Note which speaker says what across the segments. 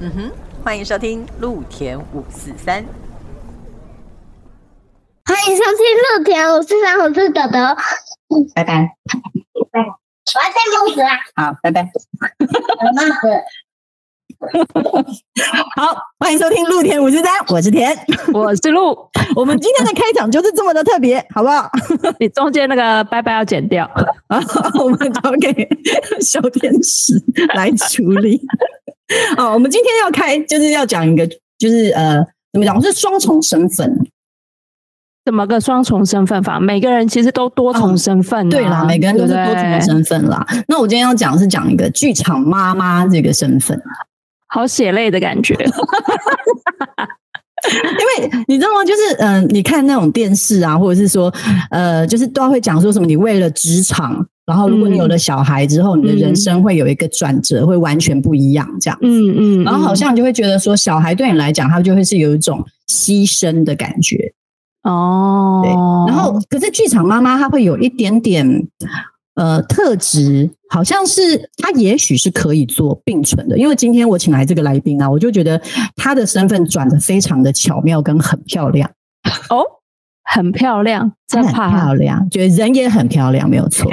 Speaker 1: 嗯哼，欢迎收听露田五四三。
Speaker 2: 欢迎收听露田我是三，我是豆豆，我
Speaker 3: 拜拜，
Speaker 2: 要戴帽子啦，
Speaker 3: 好，拜拜，
Speaker 2: 帽子。
Speaker 3: 好，欢迎收听露田五十三，我是田，
Speaker 4: 我是鹿，
Speaker 3: 我们今天的开场就是这么的特别，好不好？
Speaker 4: 你中间那个拜拜要剪掉。
Speaker 3: 啊，我们交给小天使来处理。哦，我们今天要开就是要讲一个，就是呃，怎么讲？我是双重身份，
Speaker 4: 怎么个双重身份法？每个人其实都多重身份、啊
Speaker 3: 哦对啦，每个人都是
Speaker 4: 对不
Speaker 3: 多重的
Speaker 4: 对
Speaker 3: 身份啦。那我今天要讲的是讲一个剧场妈妈这个身份。
Speaker 4: 好血泪 的感觉。
Speaker 3: 因为你知道吗？就是嗯、呃你看那种电视啊，或者是说呃，就是都会讲说什么，你为了职场，然后如果你有了小孩之后，你的人生会有一个转折，会完全不一样这样。
Speaker 4: 嗯嗯，
Speaker 3: 然后好像你就会觉得说，小孩对你来讲，他就会是有一种牺牲的感觉。
Speaker 4: 嗯哦，
Speaker 3: 对然后，可是剧场妈妈她会有一点点呃特质，好像是她也许是可以做并存的。因为今天我请来这个来宾啊，我就觉得她的身份转的非常的巧妙跟很漂亮。
Speaker 4: 哦，很漂亮，
Speaker 3: 真的
Speaker 4: 真
Speaker 3: 很
Speaker 4: 怕
Speaker 3: 漂亮，觉得人也很漂亮，没有 错。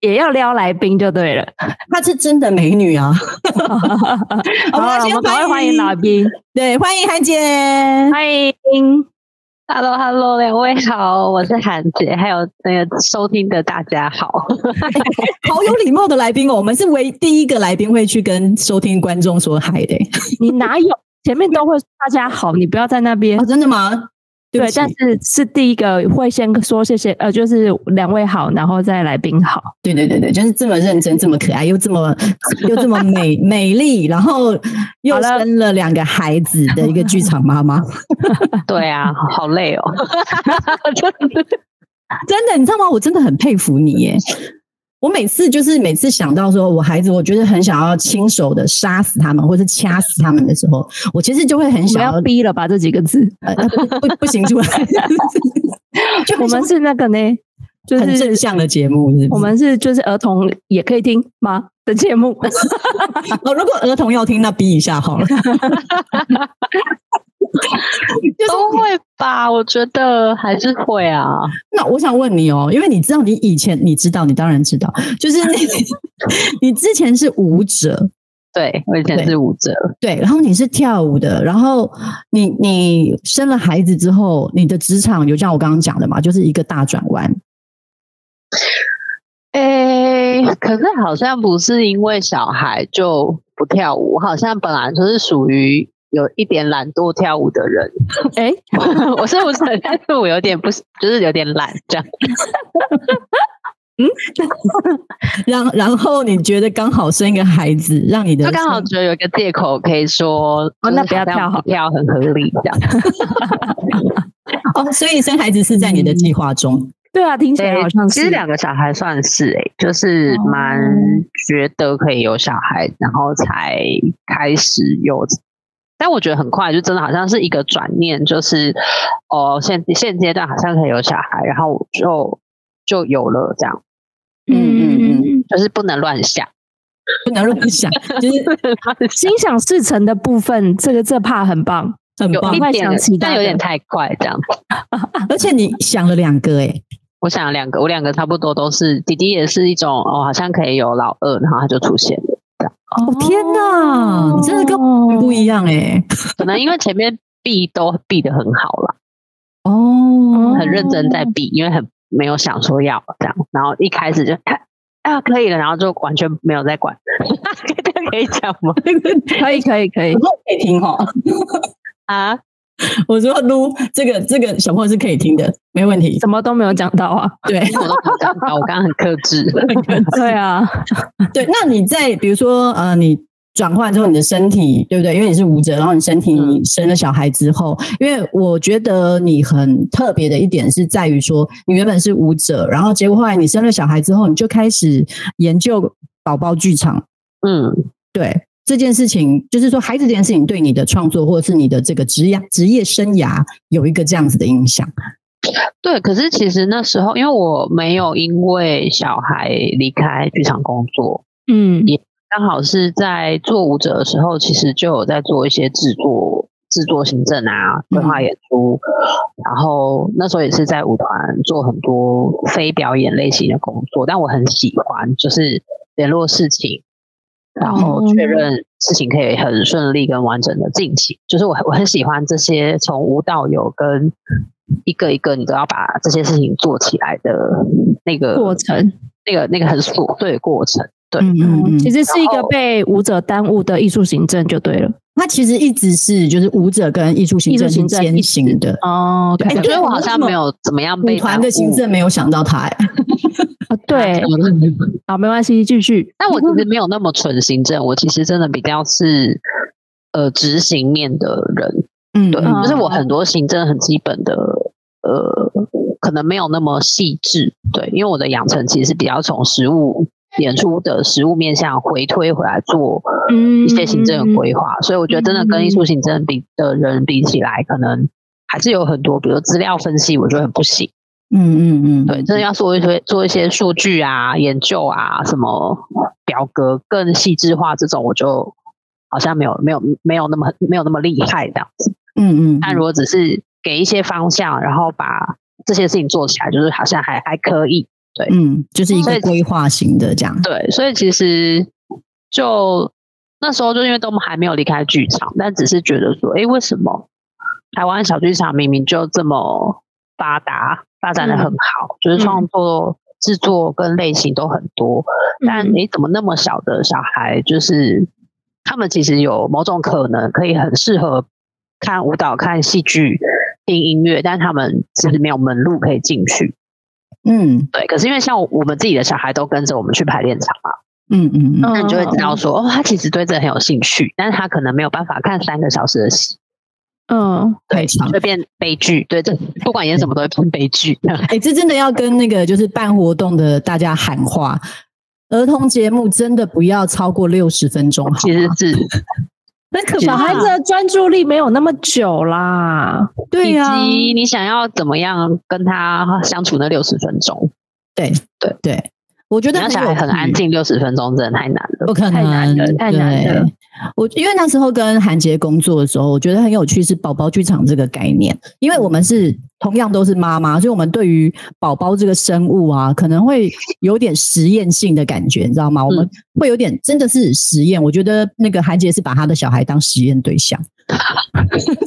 Speaker 4: 也要撩来宾就对了。
Speaker 3: 她是真的美女啊！
Speaker 4: 好
Speaker 3: 们
Speaker 4: 了，我
Speaker 3: 哦先
Speaker 4: 们赶快欢迎来宾，
Speaker 3: 对，欢迎韩姐。
Speaker 4: 欢迎。
Speaker 5: Hello Hello，两位好，我是韩姐，还有那个收听的大家好。
Speaker 3: 好有礼貌的来宾哦，我们是唯第一个来宾会去跟收听观众说嗨 的。
Speaker 4: 你哪有？前面都会说大家好，你不要在那边
Speaker 3: 哦，。真的吗？
Speaker 4: 对，
Speaker 3: 不起
Speaker 4: 但是是第一个会先说谢谢，呃，就是两位好，然后再来宾好。
Speaker 3: 对对对对，就是这么认真，这么可爱，又这么又这么美 美丽，然后又
Speaker 4: 好了
Speaker 3: 生了两个孩子的一个剧场妈 妈。
Speaker 5: 对啊，好累哦，
Speaker 3: 真的，你知道吗？我真的很佩服你耶！我每次就是每次想到说我孩子，我觉得很想要亲手的杀死他们，或是掐死他们的时候，我其实就会很
Speaker 4: 我
Speaker 3: 想
Speaker 4: 们
Speaker 3: 要
Speaker 4: 要逼了吧这几个字，
Speaker 3: 呃不不不行出来， 就
Speaker 4: 我
Speaker 3: 很想
Speaker 4: 们是那个呢，就
Speaker 3: 很正
Speaker 4: 是
Speaker 3: 向的节目是不是
Speaker 4: 我们是就是儿童也可以听吗的节 目？
Speaker 3: 哦，如果儿童要听，那逼一下好了。
Speaker 5: 都会吧？我觉得还是会啊。
Speaker 3: 那我想问你哦，因为你知道，你以前你知道，你当然知道，就是你 你之前是舞者，
Speaker 5: 对，我以
Speaker 3: 对
Speaker 5: 前是舞者，
Speaker 3: 对，然后你是跳舞的，然后你你生了孩子之后，你的职场就像我刚刚讲的嘛，就是一个大转弯。
Speaker 5: 诶、可是好像不是因为小孩就不跳舞，好像本来就是属于有一点懒惰跳舞的 人。
Speaker 4: 哎、
Speaker 5: 我是舞者，但是我有点不，就是有点懒这样。
Speaker 3: 然然后你觉得刚好生一个孩子，让你的
Speaker 5: 就刚好
Speaker 3: 生
Speaker 5: 觉得有一个借口可以说，
Speaker 4: 哦那不要
Speaker 5: 就是
Speaker 4: 跳
Speaker 5: 好像
Speaker 4: 好了
Speaker 5: 不跳很合理这样。
Speaker 3: 哦，所以生孩子是在你的
Speaker 5: 嗯
Speaker 3: 计划中。
Speaker 4: 对啊，听起来好像
Speaker 5: 其实
Speaker 4: 是
Speaker 5: 两个小孩算是诶、就是
Speaker 4: 哦
Speaker 5: 蛮觉得可以有小孩，然后才开始有。但我觉得很快，就真的好像是一个转念，就是哦，现现阶段好像可以有小孩，然后我就就有了，这样
Speaker 4: 嗯嗯嗯，
Speaker 5: 就是不能乱想，
Speaker 3: 不能乱想，就是
Speaker 4: 心想事成的部分，这个这怕很棒。
Speaker 3: 很
Speaker 5: 有
Speaker 3: 棒
Speaker 4: 另。外
Speaker 5: 一点
Speaker 4: 想其，他
Speaker 5: 但有
Speaker 4: 的
Speaker 5: 点太快这样。
Speaker 3: 而且你想了两个、欸，
Speaker 5: 我想两个，我两个差不多都是弟弟，也是一种哦，好像可以有老二，然后他就出现了。
Speaker 3: 哦天哪
Speaker 4: 哦
Speaker 3: 你真的跟
Speaker 4: 我
Speaker 3: 不一样哎、
Speaker 5: 可能因为前面避都避得很好啦，嗯
Speaker 3: 哦
Speaker 5: 很认真在避，因为很没有想说要这样，然后一开始就啊啊可以了，然后就完全没有在管，这个 可以讲吗？
Speaker 4: 可以可以可以
Speaker 3: 以，后可以听哈、哦。
Speaker 5: 啊，
Speaker 3: 我说撸这个这个小朋友是可以听的，没问题。
Speaker 4: 什么都没有讲到 啊。
Speaker 3: 对
Speaker 5: 因 为我都不讲到，我刚刚很克制。
Speaker 4: 对啊，
Speaker 3: 对，那你在比如说呃，你转换之后，你的身体对不对？因为你是舞者，然后你身体
Speaker 5: 嗯
Speaker 3: 你生了小孩之后，因为我觉得你很特别的一点是在于说，你原本是舞者，然后结果后来你生了小孩之后，你就开始研究宝宝剧场。
Speaker 5: 嗯，
Speaker 3: 对这件事情，就是说孩子这件事情对你的创作或者是你的这个职业职业生涯有一个这样子的影响。
Speaker 5: 对。可是其实那时候，因为我没有因为小孩离开剧场工作，
Speaker 4: 嗯
Speaker 5: 刚好是在做舞者的时候，其实就有在做一些制作、制作行政啊、规划
Speaker 4: 嗯
Speaker 5: 演出，然后那时候也是在舞团做很多非表演类型的工作，但我很喜欢，就是联络事情，然后
Speaker 4: 嗯
Speaker 5: 确认事情可以很顺利跟完整的进行，就是我很我很喜欢这些从无到有跟。一个一个，你都要把这些事情做起来的那个
Speaker 4: 过程，
Speaker 5: 那个那个很琐碎的过程。对，
Speaker 3: 嗯嗯嗯，
Speaker 4: 其实是一
Speaker 5: 然
Speaker 4: 个
Speaker 5: 后
Speaker 4: 被舞者耽误的艺术行政就对了。
Speaker 3: 它其实一直是就是舞者跟艺术行政
Speaker 4: 艺术
Speaker 3: 是
Speaker 4: 行政
Speaker 3: 兼行的。
Speaker 5: 呃
Speaker 4: 哦，
Speaker 3: 对
Speaker 5: 我觉
Speaker 3: 对
Speaker 5: 得我好
Speaker 3: 哎为什
Speaker 5: 像
Speaker 3: 么
Speaker 5: 没有怎么样被
Speaker 3: 舞团
Speaker 5: 耽
Speaker 3: 的行
Speaker 5: 误
Speaker 3: 政没有想到他、哎，
Speaker 4: 啊对，好，没关系，继续。
Speaker 5: 但我其实没有那么纯行政，我其实真的比较是呃执行面的人，
Speaker 3: 嗯，
Speaker 5: 对，
Speaker 3: 嗯
Speaker 5: 就是我很多行政很基本的呃，可能没有那么细致，对，因为我的养成其实是比较从实物演出的实物面向回推回来做
Speaker 4: 嗯
Speaker 5: 一些行政的规划，所以我觉得真的跟艺
Speaker 3: 嗯
Speaker 5: 术行政比的人比起来，可能还是有很多，比如说资料分析，我觉得很不行。
Speaker 3: 嗯嗯嗯，
Speaker 5: 对，真的要做一些做一些数据啊、研究啊、什么表格更细致化这种，我就好像没有没有没有那么没有那么厉害这样子。
Speaker 3: 嗯嗯，
Speaker 5: 但如果只是给一些方向，然后把这些事情做起来，就是好像还还可以。
Speaker 3: 嗯，就是一
Speaker 5: 所
Speaker 3: 个
Speaker 5: 以
Speaker 3: 规划型的这样。
Speaker 5: 对，所以其实就那时候就因为都还没有离开剧场，但只是觉得说，诶，为什么台湾小剧场明明就这么发达，发展的很好，就是创作、制作跟类型都很多，但
Speaker 4: 嗯
Speaker 5: 你怎么那么小的小孩，就是他们其实有某种可能可以很适合看舞蹈、看戏剧、听音乐，但他们其实没有门路可以进去。
Speaker 3: 嗯
Speaker 5: 对，可是因为像我们自己的小孩都跟着我们去排练场嘛，
Speaker 3: 嗯嗯嗯
Speaker 5: 那你就会知道说，哦，他其实对这很有兴趣，但是他可能没有办法看三个小时的戏，
Speaker 4: 嗯，
Speaker 5: 对，
Speaker 3: 太长
Speaker 5: 就会变悲剧。对，这不管演什么都会变悲剧。
Speaker 3: 哎、这真的要跟那个就是办活动的大家喊话，儿童节目真的不要超过六十分钟，好
Speaker 5: 其实
Speaker 3: 吗？
Speaker 5: 是
Speaker 3: 那可
Speaker 4: 小
Speaker 3: 怕
Speaker 4: 孩子的专注力没有那么久 啦。
Speaker 3: 对啊呀、
Speaker 5: 以及你想要怎么样跟他相处那六十分钟，
Speaker 3: 对，我觉
Speaker 5: 你
Speaker 3: 得
Speaker 5: 要小
Speaker 3: 有
Speaker 5: 孩很
Speaker 3: 趣欸
Speaker 5: 安静，六十分钟真的太难了。
Speaker 3: 不可能，
Speaker 4: 太难了太难了
Speaker 3: 对。我因为那时候跟韩杰工作的时候，我觉得很有趣是宝宝剧场这个概念，因为我们是同样都是妈妈，所以我们对于宝宝这个生物啊，可能会有点实验性的感觉，你知道吗？我
Speaker 4: 嗯
Speaker 3: 们会有点真的是实验。我觉得那个韩杰是把他的小孩当实验对象，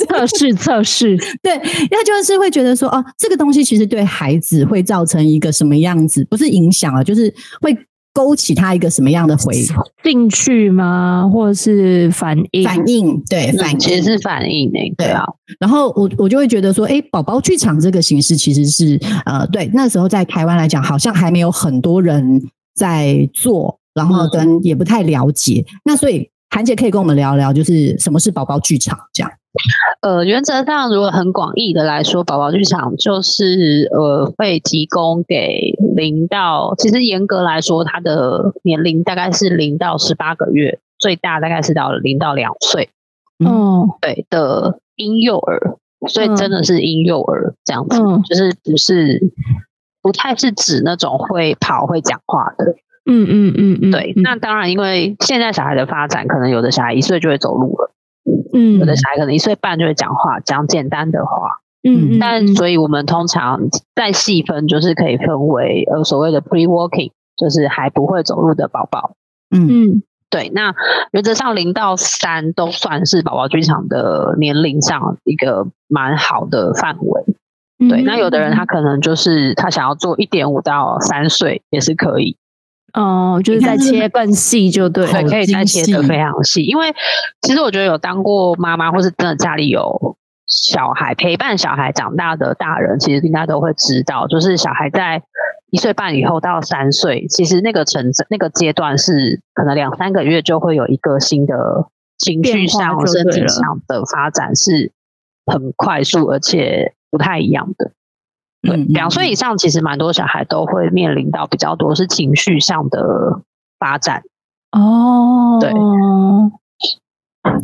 Speaker 4: 测试测试，
Speaker 3: 对，他就是会觉得说，哦，这个东西其实对孩子会造成一个什么样子，不是影响啊，就是会勾起他一个什么样的回
Speaker 4: 兴趣吗？或者是反应？
Speaker 3: 反应，对，反应
Speaker 5: 嗯其实是反应诶、对啊，
Speaker 3: 然后我我就会觉得说，哎，宝宝剧场这个形式其实是呃，对，那时候在台湾来讲，好像还没有很多人在做，然
Speaker 5: 嗯
Speaker 3: 后跟也不太了解。那所以韩姐可以跟我们聊聊，就是什么是宝宝剧场这样？
Speaker 5: 呃，原则上，如果很广义的来说，宝宝剧场就是呃，会提供给零到，其实严格来说，它的年龄大概是零到十八个月，最大大概是到零到两岁，
Speaker 4: 哦，
Speaker 5: 对的婴幼儿，所以
Speaker 4: 嗯
Speaker 5: 真的是婴幼儿这样子，
Speaker 4: 嗯
Speaker 5: 就是不是不太是指那种会跑会讲话的，
Speaker 4: 嗯嗯嗯嗯，
Speaker 5: 对。
Speaker 4: 嗯
Speaker 5: 那当然，因为现在小孩的发展，可能有的小孩一岁就会走路了，
Speaker 4: 嗯
Speaker 5: 有的小孩可能一岁半就会讲话，讲简单的话。
Speaker 4: 嗯嗯，
Speaker 5: 但
Speaker 4: 嗯
Speaker 5: 所以我们通常再细分，就是可以分为呃所谓的 pre walking，就是还不会走路的宝宝。
Speaker 3: 嗯
Speaker 4: 嗯
Speaker 5: 对，那原则上零到三都算是宝宝剧场的年龄上一个蛮好的范围。
Speaker 4: 嗯
Speaker 5: 对，那有的人他
Speaker 4: 嗯
Speaker 5: 可能就是他想要做一点五到三岁也是可以，
Speaker 4: 哦，就是
Speaker 3: 你看
Speaker 4: 再
Speaker 3: 是不是
Speaker 4: 切更细就对
Speaker 5: 对，
Speaker 4: 了。
Speaker 5: 可以再
Speaker 3: 精
Speaker 5: 切的
Speaker 3: 细
Speaker 5: 非常细。因为其实我觉得有当过妈妈，或是真的家里有小孩陪伴小孩长大的大人，其实应该都会知道，就是小孩在一岁半以后到三岁，其实那个成长那个阶段是可能两三个月就会有一个新的情绪
Speaker 4: 变化
Speaker 5: 上、
Speaker 4: 就
Speaker 5: 身
Speaker 4: 对
Speaker 5: 体
Speaker 4: 了
Speaker 5: 上的发展是很快速，而且不太一样的。对，
Speaker 3: 嗯
Speaker 5: 两岁以上其实蛮多小孩都会面临到比较多是情绪上的发展。
Speaker 4: 哦，
Speaker 5: 对
Speaker 3: 嗯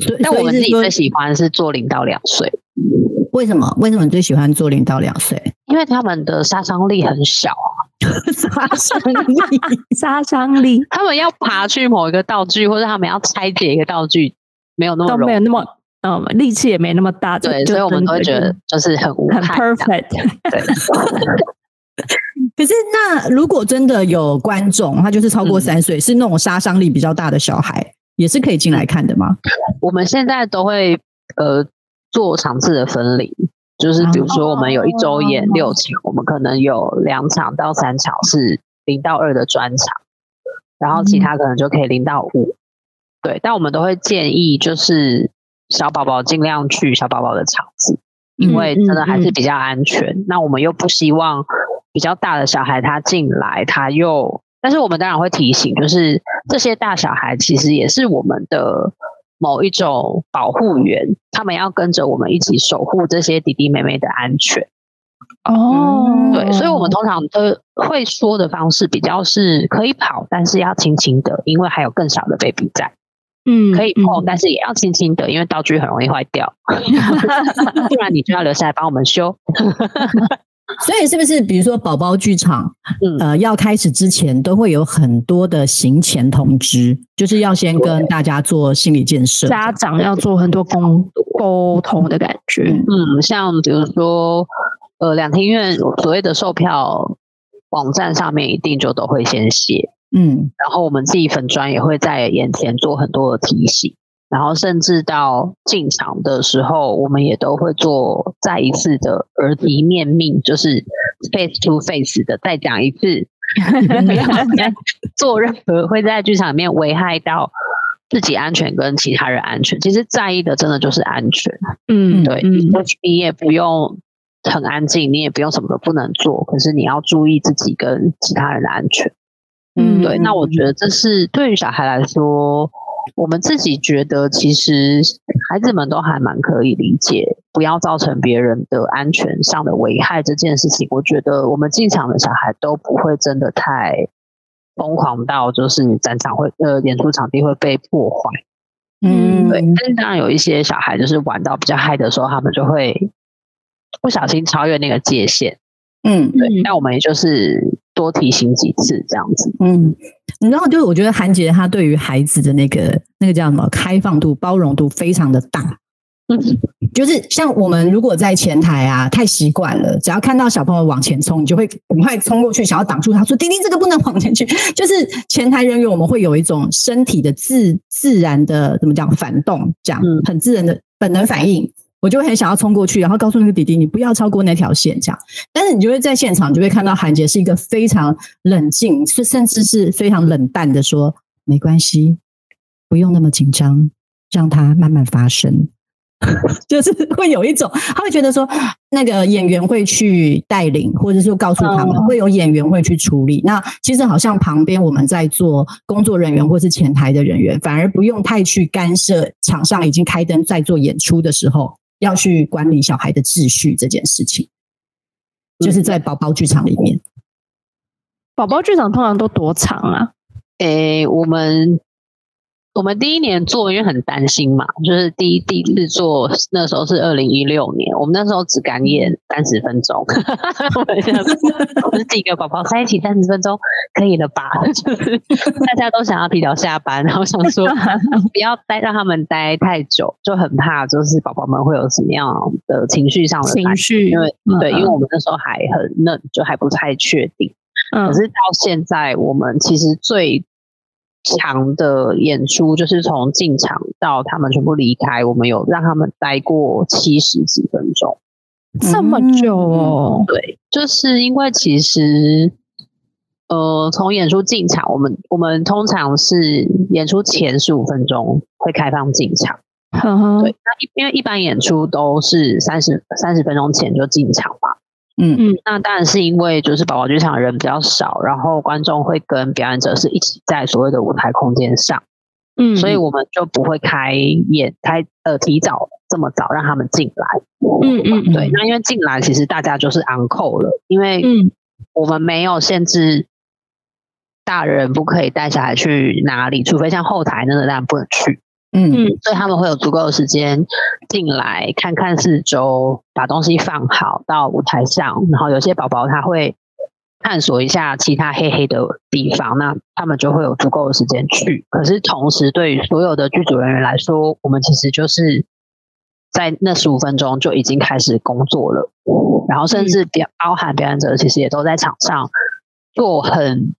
Speaker 3: 所以
Speaker 5: 但我
Speaker 3: 所
Speaker 5: 们自
Speaker 3: 以是
Speaker 5: 己
Speaker 3: 说
Speaker 5: 最喜欢是做零到两岁，
Speaker 3: 为什么？为什么你最喜欢做零到两岁？
Speaker 5: 因为他们的杀伤力很小啊，
Speaker 3: 杀伤力。
Speaker 4: 杀伤力
Speaker 5: 他们要爬去某一个道具，或者他们要拆解一个道具，没有那么
Speaker 4: 都
Speaker 5: 容
Speaker 4: 没
Speaker 5: 易。
Speaker 4: 有那么，嗯，力气也没那么大，就
Speaker 5: 对，
Speaker 4: 就
Speaker 5: 所以我们
Speaker 4: 真
Speaker 5: 都会
Speaker 4: 的
Speaker 5: 觉得就是很无
Speaker 4: 很
Speaker 5: 害这样。
Speaker 4: perfect。
Speaker 5: 对，
Speaker 3: 可是那如果真的有观众，他就是超过
Speaker 5: 嗯
Speaker 3: 三岁，是那种杀伤力比较大的小孩，也是可以进来看的吗？
Speaker 5: 我们现在都会呃做场次的分离，就是比如说我们有一周演六场，我们可能有两场到三场是零到二的专场，然后其他可能就可以零到五。对，但我们都会建议就是小宝宝尽量去小宝宝的场次，因为
Speaker 4: 嗯
Speaker 5: 真的还是比较安全。那我们又不希望比较大的小孩他进来，他又，但是我们当然会提醒，就是这些大小孩其实也是我们的某一种保护员，他们要跟着我们一起守护这些弟弟妹妹的安全。
Speaker 4: 哦，
Speaker 5: 嗯对，所以我们通常都会说的方式比较是可以跑，但是要轻轻的，因为还有更小的 baby 在，
Speaker 4: 嗯
Speaker 5: 可以
Speaker 4: 嗯
Speaker 5: 碰，但是也要轻轻的，因为道具很容易坏 掉， 不然你就要留下来帮我们修。
Speaker 3: 所以是不是比如说宝宝剧场，
Speaker 5: 嗯
Speaker 3: 呃，要开始之前都会有很多的行前通知，就是要先跟大家做心理建设。
Speaker 4: 家长要做很多沟沟通的感觉
Speaker 3: 嗯，
Speaker 5: 嗯，像比如说，呃，两厅院所谓的售票网站上面一定就都会先写，
Speaker 3: 嗯，
Speaker 5: 然后我们自己粉砖也会在眼前做很多的提醒，然后甚至到进场的时候，我们也都会做再一次的耳提面命，就是 face to face 的再讲一次，不要再做任何会在剧场里面危害到自己安全跟其他人安全。其实在意的真的就是安全。
Speaker 4: 嗯，
Speaker 5: 对，
Speaker 4: 嗯
Speaker 5: 你也不用很安静，你也不用什么都不能做，可是你要注意自己跟其他人的安全。
Speaker 4: 嗯
Speaker 5: 对，那我觉得这是对于小孩来说，我们自己觉得其实孩子们都还蛮可以理解，不要造成别人的安全上的危害这件事情。我觉得我们进场的小孩都不会真的太疯狂到，就是你展场会呃演出场地会被破坏。
Speaker 4: 嗯
Speaker 5: 对，但是当然有一些小孩就是玩到比较嗨的时候，他们就会不小心超越那个界限。
Speaker 3: 嗯
Speaker 5: 对，
Speaker 4: 嗯
Speaker 5: 那我们也就是多提醒几次这样子。
Speaker 3: 嗯，你知道，就是我觉得韩杰他对于孩子的那个那个叫什么开放度、包容度非常的大。
Speaker 5: 嗯
Speaker 3: 就是像我们如果在前台啊，太习惯了，只要看到小朋友往前冲，你就会赶快冲过去，想要挡住他，说：“丁丁，这个不能往前去。”就是前台人员，我们会有一种身体的自自然的怎么讲反动，这样
Speaker 5: 嗯
Speaker 3: 很自然的本能反应，我就会很想要冲过去，然后告诉那个弟弟，你不要超过那条线，这样。但是你就会在现场你就会看到韩杰是一个非常冷静，是甚至是非常冷淡的说：“没关系，不用那么紧张，让它慢慢发生。” 就是会有一种，他会觉得说，那个演员会去带领，或者是告诉他们，会有演员会去处理。那其实好像旁边我们在做工作人员或是前台的人员，反而不用太去干涉场上已经开灯在做演出的时候，要去管理小孩的秩序这件事情。就是在宝宝剧场里面，嗯
Speaker 4: 宝宝剧场通常都多长啊？
Speaker 5: 诶，我们我们第一年做，因为很担心嘛，就是第一第一次做，那时候是二零一六年，我们那时候只敢
Speaker 4: 嗯
Speaker 5: 演三十分钟，我们想说我们几个宝宝在一起三十分钟可以了吧？ 就是大家都想要提早下班，然后想 说不要待让他们待太久，就很怕就是宝宝们会有什么样的情绪上的
Speaker 4: 情
Speaker 5: 反应
Speaker 4: 绪
Speaker 5: 因为
Speaker 4: 嗯
Speaker 5: 对，因为
Speaker 4: 嗯
Speaker 5: 我们那时候还很嫩，就还不太确定。
Speaker 4: 嗯
Speaker 5: 可是到现在，我们其实最长的演出就是从进场到他们全部离开，我们有让他们待过七十几分钟。
Speaker 4: 这么
Speaker 5: 嗯
Speaker 4: 久哦，
Speaker 5: 对，就是因为其实，呃，从演出进场，我们我们通常是演出前十五分钟会开放进场。
Speaker 4: 呵呵
Speaker 5: 对，，那一因为一般演出都是三十三十分钟前就进场嘛。
Speaker 3: 嗯
Speaker 4: 嗯
Speaker 5: 那当然是因为就是宝宝剧场人比较少，然后观众会跟表演者是一起在所谓的舞台空间上，
Speaker 4: 嗯，
Speaker 5: 所以我们就不会开演开呃提早这么早让他们进来。
Speaker 4: 嗯嗯
Speaker 5: 对。那因为进来其实大家就是 on call 了，因为
Speaker 4: 嗯
Speaker 5: 我们没有限制大人不可以带小孩去哪里，除非像后台那个当然不能去。
Speaker 3: 嗯
Speaker 5: 所以他们会有足够的时间进来看看四周，把东西放好到舞台上，然后有些宝宝他会探索一下其他黑黑的地方，那他们就会有足够的时间去。可是同时，对于所有的剧组人员来说，我们其实就是在那十五分钟就已经开始工作了，然后甚至表包含表演者其实也都在场上做很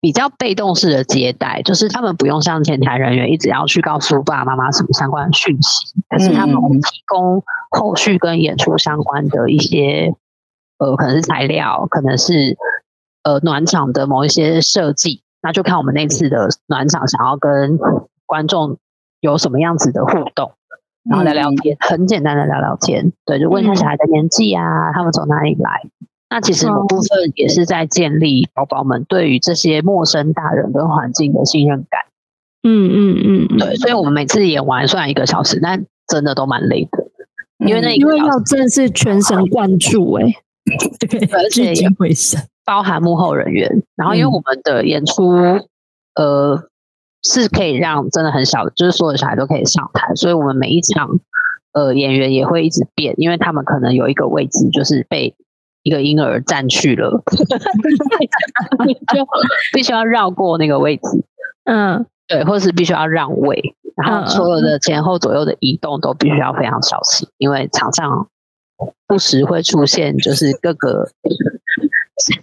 Speaker 5: 比较被动式的接待，就是他们不用像前台人员一直要去告诉爸爸妈妈什么相关的讯息，可是他们会提供后续跟演出相关的一些呃，可能是材料，可能是呃暖场的某一些设计，那就看我们那次的暖场想要跟观众有什么样子的互动。然后聊聊天，很简单的聊聊天，对，就
Speaker 4: 嗯
Speaker 5: 问一下小孩的年纪啊，他们从哪里来，那其实某部分也是在建立宝宝们对于这些陌生大人跟环境的信任感。
Speaker 4: 嗯嗯嗯，
Speaker 5: 对，所以我们每次演完虽然一个小时，但真的都蛮累的，因为
Speaker 4: 嗯
Speaker 5: 那一
Speaker 4: 因
Speaker 5: 个
Speaker 4: 为
Speaker 5: 小
Speaker 4: 要
Speaker 5: 时
Speaker 4: 真的是全神贯注 哎、
Speaker 3: 对，
Speaker 5: 而
Speaker 3: 聚
Speaker 5: 且
Speaker 3: 精会神，
Speaker 5: 包含幕后人员，然后因为
Speaker 3: 嗯
Speaker 5: 我们的演出，呃，是可以让真的很小，就是所有的小孩都可以上台，所以我们每一场，呃，演员也会一直变，因为他们可能有一个位置就是被一个婴儿占去了，就 必须要绕过那个位置，
Speaker 4: 嗯，
Speaker 5: 对，或是必须要让位，然
Speaker 4: 嗯
Speaker 5: 后所有的前后左右的移动都必须要非常小心，因为场上不时会出现就是各个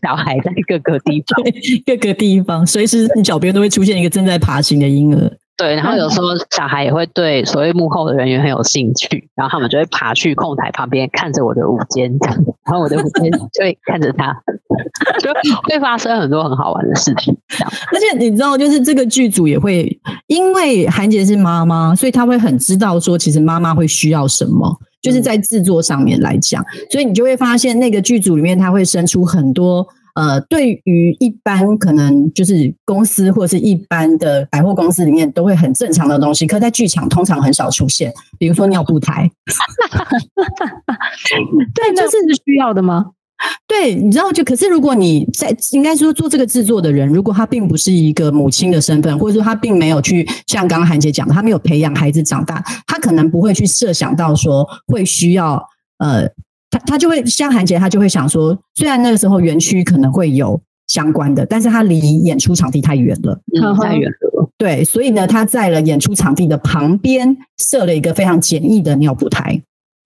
Speaker 5: 小孩在各个地方，
Speaker 3: 各个地方随时你脚边都会出现一个正在爬行的婴儿。
Speaker 5: 对，然后有时候小孩也会对所谓幕后的人员很有兴趣，然后他们就会爬去控台旁边看着我的舞间，然后我的舞间就会看着他，就会发生很多很好玩的事情。这样，
Speaker 3: 而且你知道，就是这个剧组也会，因为韩姐是妈妈，所以她会很知道说，其实妈妈会需要什么，就是在制作上面来讲，所以你就会发现那个剧组里面，他会生出很多。呃，对于一般可能就是公司或者是一般的百货公司里面都会很正常的东西，可在剧场通常很少出现，比如说尿布台，
Speaker 4: 对，这是需要的吗？
Speaker 3: 对，你知道就可是，如果你在应该说做这个制作的人，如果他并不是一个母亲的身份，或者说他并没有去像刚刚韩姐讲的，他没有培养孩子长大，他可能不会去设想到说会需要呃，他他就会像韩姐，他就会想说，虽然那个时候园区可能会有相关的，但是他离演出场地太远了。
Speaker 5: 嗯，太远了，
Speaker 3: 对，所以呢，他在了演出场地的旁边设了一个非常简易的尿布台。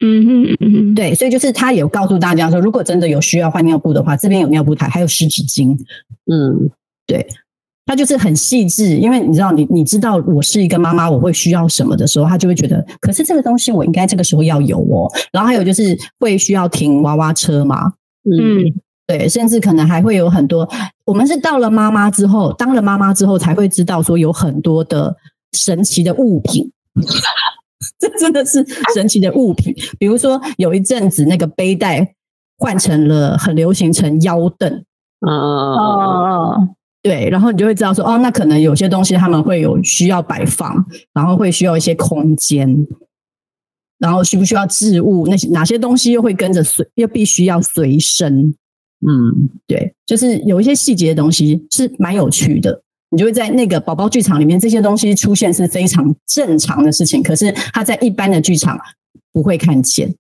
Speaker 4: 嗯哼嗯哼，
Speaker 3: 对，所以就是他有告诉大家说，如果真的有需要换尿布的话，这边有尿布台，还有湿纸巾，
Speaker 5: 嗯，
Speaker 3: 他就是很细致。因为你知道，你你知道我是一个妈妈，我会需要什么的时候，他就会觉得，可是这个东西我应该这个时候要有哦。然后还有就是会需要停娃娃车嘛，
Speaker 5: 嗯，
Speaker 4: 嗯
Speaker 3: 对，甚至可能还会有很多，我们是到了妈妈之后，当了妈妈之后才会知道说有很多的神奇的物品。 这真的是神奇的物品，比如说有一阵子那个背带换成了很流行成腰凳，
Speaker 5: 嗯嗯，嗯
Speaker 4: 哦
Speaker 3: 对，然后你就会知道说，哦，那可能有些东西他们会有需要摆放，然后会需要一些空间，然后需不需要置物，那些哪些东西又会跟着随，又必须要随身，
Speaker 5: 嗯，
Speaker 3: 对，就是有一些细节的东西是蛮有趣的。你就会在那个宝宝剧场里面，这些东西出现是非常正常的事情，可是他在一般的剧场不会看见。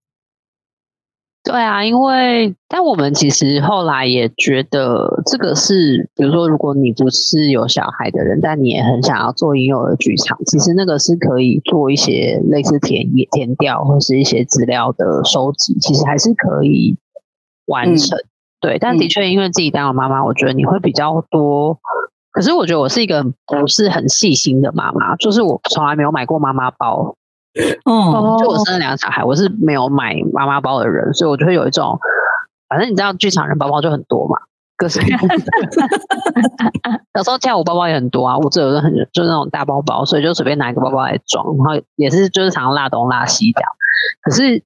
Speaker 5: 对啊，因为但我们其实后来也觉得这个是，比如说，如果你不是有小孩的人，但你也很想要做婴幼儿剧场，其实那个是可以做一些类似填野填调或是一些资料的收集，其实还是可以完成。对，但的确因为自己当了妈妈，我觉得你会比较多。可是我觉得我是一个很不是很细心的妈妈，就是我从来没有买过妈妈包，
Speaker 3: 哦，
Speaker 5: 嗯就我
Speaker 4: 哦，
Speaker 5: 生了两个小孩，我是没有买妈妈包的人，所以我就会有一种，反正你知道剧场人包包就很多嘛，可是有时候跳舞包包也很多啊，我这有的很就是那种大包包，所以就随便拿一个包包来装，然后也是就是常常拉东拉西这样。可是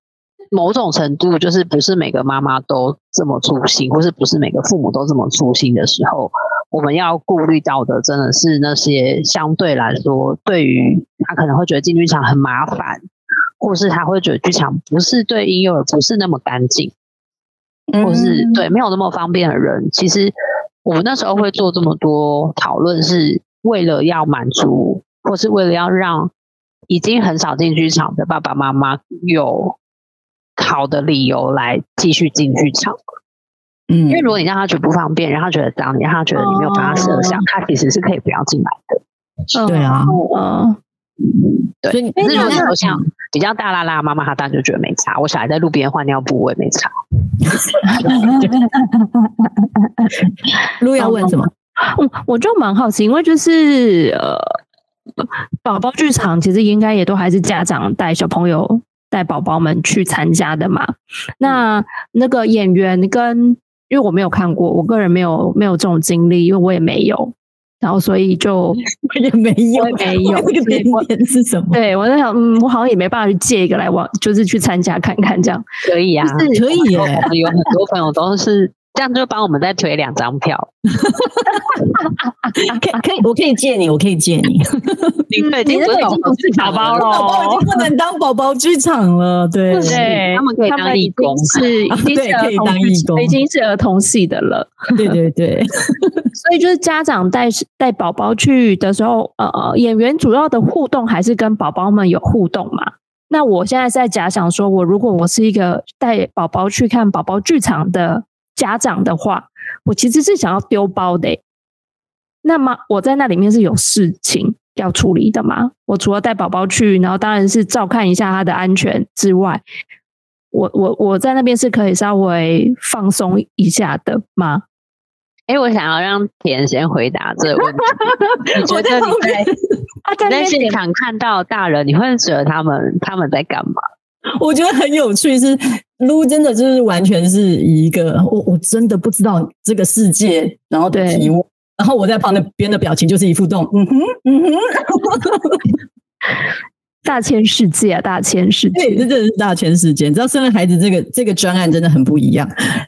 Speaker 5: 某种程度就是不是每个妈妈都这么粗心，或是不是每个父母都这么粗心的时候，我们要顾虑到的真的是那些相对来说，对于他可能会觉得进剧场很麻烦，或是他会觉得剧场不是对婴幼儿不是那么干净，
Speaker 3: 嗯
Speaker 5: 或是对没有那么方便的人，其实我们那时候会做这么多讨论，是为了要满足，或是为了要让已经很少进剧场的爸爸妈妈有好的理由来继续进剧场。
Speaker 3: 嗯
Speaker 5: 因为如果你让他觉得不方便，让他觉得脏，你让他觉得你没有帮他设
Speaker 3: 哦
Speaker 5: 想，他其实是可以不要进来的。
Speaker 4: 哦
Speaker 3: 对啊，
Speaker 4: 嗯，
Speaker 5: 对
Speaker 3: 所以你
Speaker 5: 可是如果
Speaker 3: 哎那
Speaker 5: 是像比较大啦啦的妈妈，她当然就觉得没差。我小孩在路边换尿布，我也没差。
Speaker 3: 路要问什么？
Speaker 4: 嗯，我就蛮好奇，因为就是呃，宝宝剧场其实应该也都还是家长带小朋友、带宝宝们去参加的嘛。那那个演员跟，因为我没有看过，我个人没有没有这种经历，因为我也没有，然后所以
Speaker 3: 我
Speaker 4: 就
Speaker 3: 也没有
Speaker 4: 我也没有
Speaker 3: 这个
Speaker 4: 所以
Speaker 3: 点
Speaker 4: 我
Speaker 3: 点是什么？
Speaker 4: 对我在想，嗯，我好像也没办法去借一个来玩，就是去参加看看这样。
Speaker 5: 可以啊，
Speaker 4: 就是
Speaker 3: 可以耶，
Speaker 5: 我们有很多朋友都是这样，就帮我们再推两张票。
Speaker 3: 嗯可以可以，我可以借你，我可以借你。
Speaker 5: 你对，已经
Speaker 4: 那
Speaker 5: 不
Speaker 4: 个
Speaker 5: 是
Speaker 4: 已经不是宝宝
Speaker 5: 了，
Speaker 3: 宝宝已
Speaker 4: 喽
Speaker 3: 经，不能当宝宝剧场了，对
Speaker 5: 不行
Speaker 4: 对，
Speaker 5: 他们可以
Speaker 4: 他
Speaker 5: 当
Speaker 4: 们已
Speaker 5: 义工
Speaker 4: 经是已经
Speaker 3: 对
Speaker 4: 是
Speaker 3: 可以
Speaker 4: 儿童
Speaker 3: 当
Speaker 4: 剧
Speaker 3: 义工
Speaker 4: 已经是儿童系的了。
Speaker 3: 对对对，
Speaker 4: 所以就是家长带带宝宝去的时候，呃，演员主要的互动还是跟宝宝们有互动嘛。那我现在是在假想说，我如果我是一个带宝宝去看宝宝剧场的家长的话，我其实是想要丢包的欸、那么我在那里面是有事情要处理的吗？我除了带宝宝去，然后当然是照看一下他的安全之外，我我我在那边是可以稍微放松一下的吗？
Speaker 5: 哎，我想要让田先回答这个问题。你 觉
Speaker 3: 我
Speaker 5: 得
Speaker 3: 在旁
Speaker 5: 你在
Speaker 3: 边，
Speaker 4: 啊，
Speaker 5: 你
Speaker 4: 那
Speaker 5: 在
Speaker 4: 边
Speaker 5: 现
Speaker 4: 点
Speaker 5: 场看到大人，你会觉得他们他们在干嘛？
Speaker 3: 我觉得很有趣是。撸真的就是完全是一个我我真的不知道这个世界，然后的
Speaker 4: 对
Speaker 3: 提问，然后我在旁边的表情就是一副动，嗯哼嗯哼，
Speaker 4: 大千世界啊，大千世
Speaker 3: 对，这真
Speaker 4: 界。
Speaker 3: 的是大千世界。你知道生了孩子这个这个专案真的很不一样，